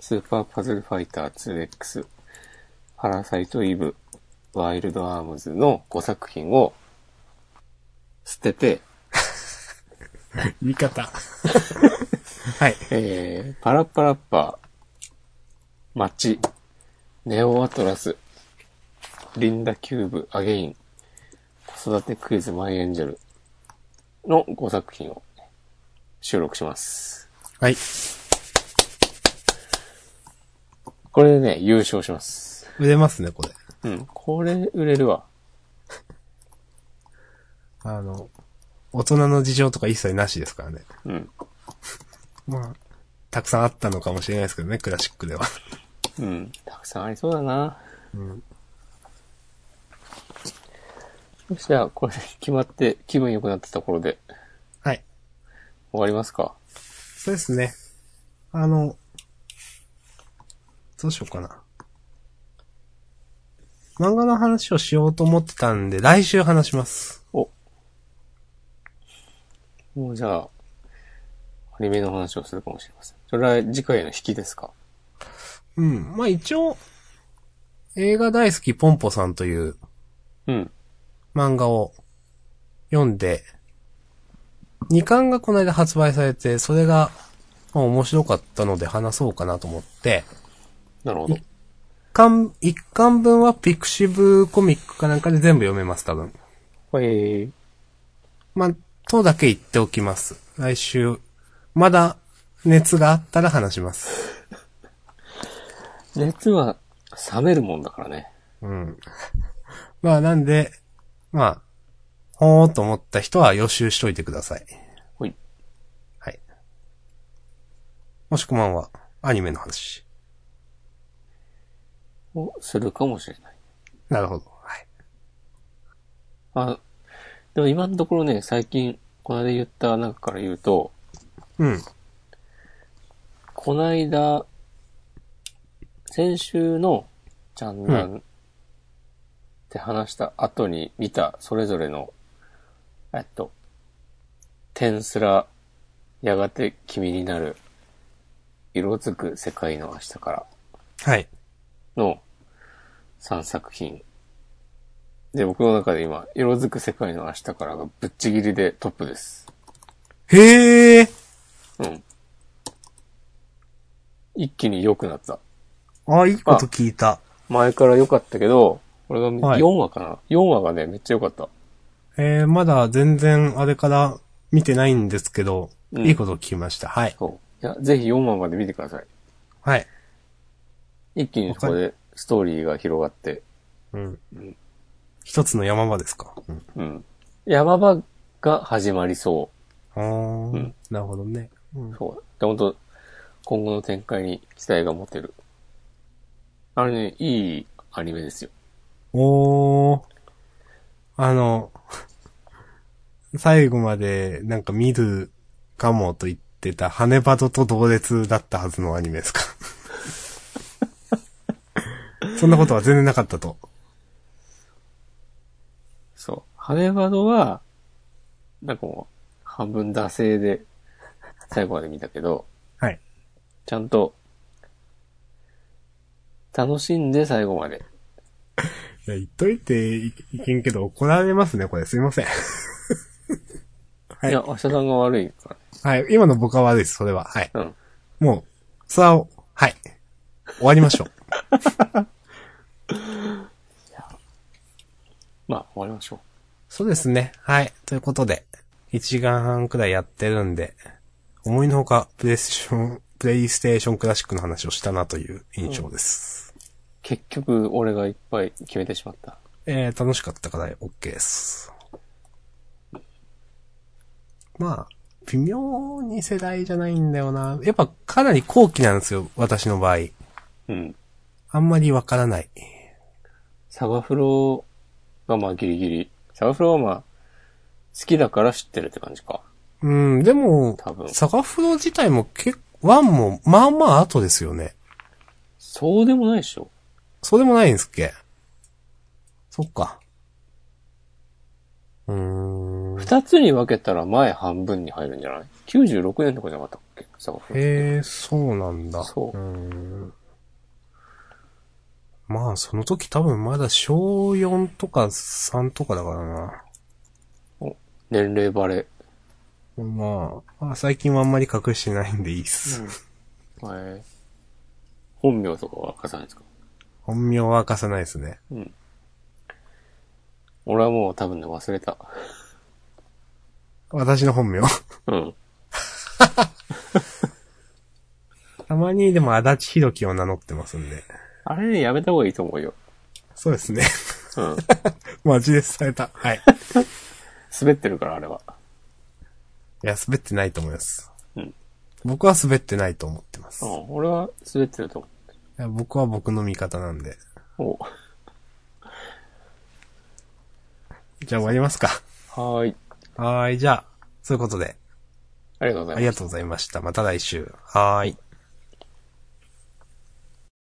[SPEAKER 1] スーパーパズルファイター 2X、パラサイトイブ、ワイルドアームズの5作品を捨てて、
[SPEAKER 2] 言い方。 はい。
[SPEAKER 1] えー、パラッパラッパー、街、ネオアトラス、リンダキューブ、アゲイン、子育てクイズ、マイエンジェルの5作品を収録します。
[SPEAKER 2] はい。
[SPEAKER 1] これでね、優勝します。
[SPEAKER 2] 売れますね、これ。
[SPEAKER 1] うん。これ、売れるわ。
[SPEAKER 2] あの、大人の事情とか一切なしですからね。
[SPEAKER 1] うん。
[SPEAKER 2] まあ、たくさんあったのかもしれないですけどね、クラシックでは。
[SPEAKER 1] うん。たくさんありそうだな。
[SPEAKER 2] うん。
[SPEAKER 1] そしたら、これで決まって気分良くなったところで、
[SPEAKER 2] はい。
[SPEAKER 1] 終わりますか。
[SPEAKER 2] そうですね。あの、どうしようかな。漫画の話をしようと思ってたんで、来週話します。
[SPEAKER 1] お。もうじゃあ、アニメの話をするかもしれません。それは次回の引きですか
[SPEAKER 2] うん。まあ、一応、映画大好きポンポさんという
[SPEAKER 1] うん。
[SPEAKER 2] 漫画を読んで、2巻がこの間発売されて、それが、まあ、面白かったので話そうかなと思って、
[SPEAKER 1] なるほど。
[SPEAKER 2] 一巻、一巻分はピクシブコミックかなんかで全部読めます、多分。
[SPEAKER 1] はい。
[SPEAKER 2] まあ、とだけ言っておきます。来週、まだ熱があったら話します。
[SPEAKER 1] 熱は冷めるもんだからね。
[SPEAKER 2] うん。まあ、なんで、まあ、ほーっと思った人は予習しといてください。
[SPEAKER 1] ほい。
[SPEAKER 2] はい。もしくまんは、アニメの話。
[SPEAKER 1] をするかもしれない。
[SPEAKER 2] なるほど。はい。
[SPEAKER 1] あ、でも今のところね、最近、この間言った中から言うと、
[SPEAKER 2] うん。
[SPEAKER 1] この間、先週のジャンダンって話した後に見たそれぞれの、えっと、天すらやがて君になる色づく世界の明日から
[SPEAKER 2] はい。
[SPEAKER 1] の3作品。で、僕の中で今、色づく世界の明日からがぶっちぎりでトップです。
[SPEAKER 2] へー
[SPEAKER 1] うん。一気に良くなった。
[SPEAKER 2] あ、いいこと聞いた。
[SPEAKER 1] 前から良かったけど、俺が
[SPEAKER 2] はい
[SPEAKER 1] 4話かな、?4 話がね、めっちゃ良かった。
[SPEAKER 2] えー、まだ全然あれから見てないんですけど、
[SPEAKER 1] うん
[SPEAKER 2] いいこと聞きました。はい。
[SPEAKER 1] そう。いや、ぜひ4話まで見てください。
[SPEAKER 2] はい。
[SPEAKER 1] 一気にそこでストーリーが広がって、
[SPEAKER 2] うん。一つの山場ですか。うん。
[SPEAKER 1] うん。山場が始まりそ
[SPEAKER 2] あー、
[SPEAKER 1] うん
[SPEAKER 2] なるほどね。うん
[SPEAKER 1] う。。そう。で、本当今後の展開に期待が持てる。あれね、いいアニメですよ。
[SPEAKER 2] おー。あの、 最後までなんか見るかもと言ってた、羽バドと同列だったはずのアニメですか。 そんなことは全然なかったと。
[SPEAKER 1] そう。ハネバドは、なんかもう、半分惰性で、最後まで見たけど、
[SPEAKER 2] はい。
[SPEAKER 1] ちゃんと、楽しんで最後まで。、
[SPEAKER 2] いや言っといていいけんけど怒られますね、これ。すいません。はいい
[SPEAKER 1] や、明日さんが悪いか
[SPEAKER 2] はい。今の僕は悪いです、それは。はい。
[SPEAKER 1] ら。うん。
[SPEAKER 2] もう、さあ、はい。終わりましょう。
[SPEAKER 1] まあ、終わりましょ
[SPEAKER 2] そうですね。はい。ということで、1時間半くらいやってるんで、思いのほか、プレイステーション、プレイステーションクラシックの話をしたなという印象です。
[SPEAKER 1] う。結局、俺がいっぱい決めてしまった。
[SPEAKER 2] えー、楽しかったから OK です。まあ、微妙に世代じゃないんだよな。やっぱかなり後期なんですよ、私の場合。
[SPEAKER 1] うん。
[SPEAKER 2] あんまりわからない。
[SPEAKER 1] サガフロがまあギリギリ。サガフロはまあ、好きだから知ってるって感じか。
[SPEAKER 2] うん、でも
[SPEAKER 1] 多分、
[SPEAKER 2] サガフロ自体も結構、ワンも、まあまあ後ですよね。
[SPEAKER 1] そうでもないでしょ。
[SPEAKER 2] そうでもないんですっけそっか。うーん。へ
[SPEAKER 1] 二つに分けたら前半分に入るんじゃない ?96 年とかじゃなかったっけサガフロ。
[SPEAKER 2] えー、そうなんだ。
[SPEAKER 1] そう
[SPEAKER 2] ーんまあ、その時多分まだ小4とか3とかだからな。
[SPEAKER 1] 年齢バレ。
[SPEAKER 2] まあ、まあ、最近はあんまり隠してないんでいいっす。
[SPEAKER 1] えー本名とかは明かさないですか
[SPEAKER 2] 本名は明かさないですね。
[SPEAKER 1] うん。俺はもう多分ね、忘れた。
[SPEAKER 2] 私の本 名。
[SPEAKER 1] うん。
[SPEAKER 2] たまにでも足立弘樹を名乗ってますんで。
[SPEAKER 1] あれね、やめた方がいいと思うよ。
[SPEAKER 2] そうですね。
[SPEAKER 1] うん。
[SPEAKER 2] マジでされた。はい。
[SPEAKER 1] 滑ってるから、あれは。
[SPEAKER 2] いや、滑ってないと思います。
[SPEAKER 1] うん
[SPEAKER 2] 僕は滑ってないと思ってます。
[SPEAKER 1] う
[SPEAKER 2] い
[SPEAKER 1] ん。俺は滑ってると思
[SPEAKER 2] や僕は僕の味方なんで。
[SPEAKER 1] う。
[SPEAKER 2] じゃあ終わりますか。
[SPEAKER 1] おはーい。
[SPEAKER 2] はーい、じゃあ、そういうことで。
[SPEAKER 1] ありがとうございま
[SPEAKER 2] あり
[SPEAKER 1] す
[SPEAKER 2] が。とうございました。また来週。はーい。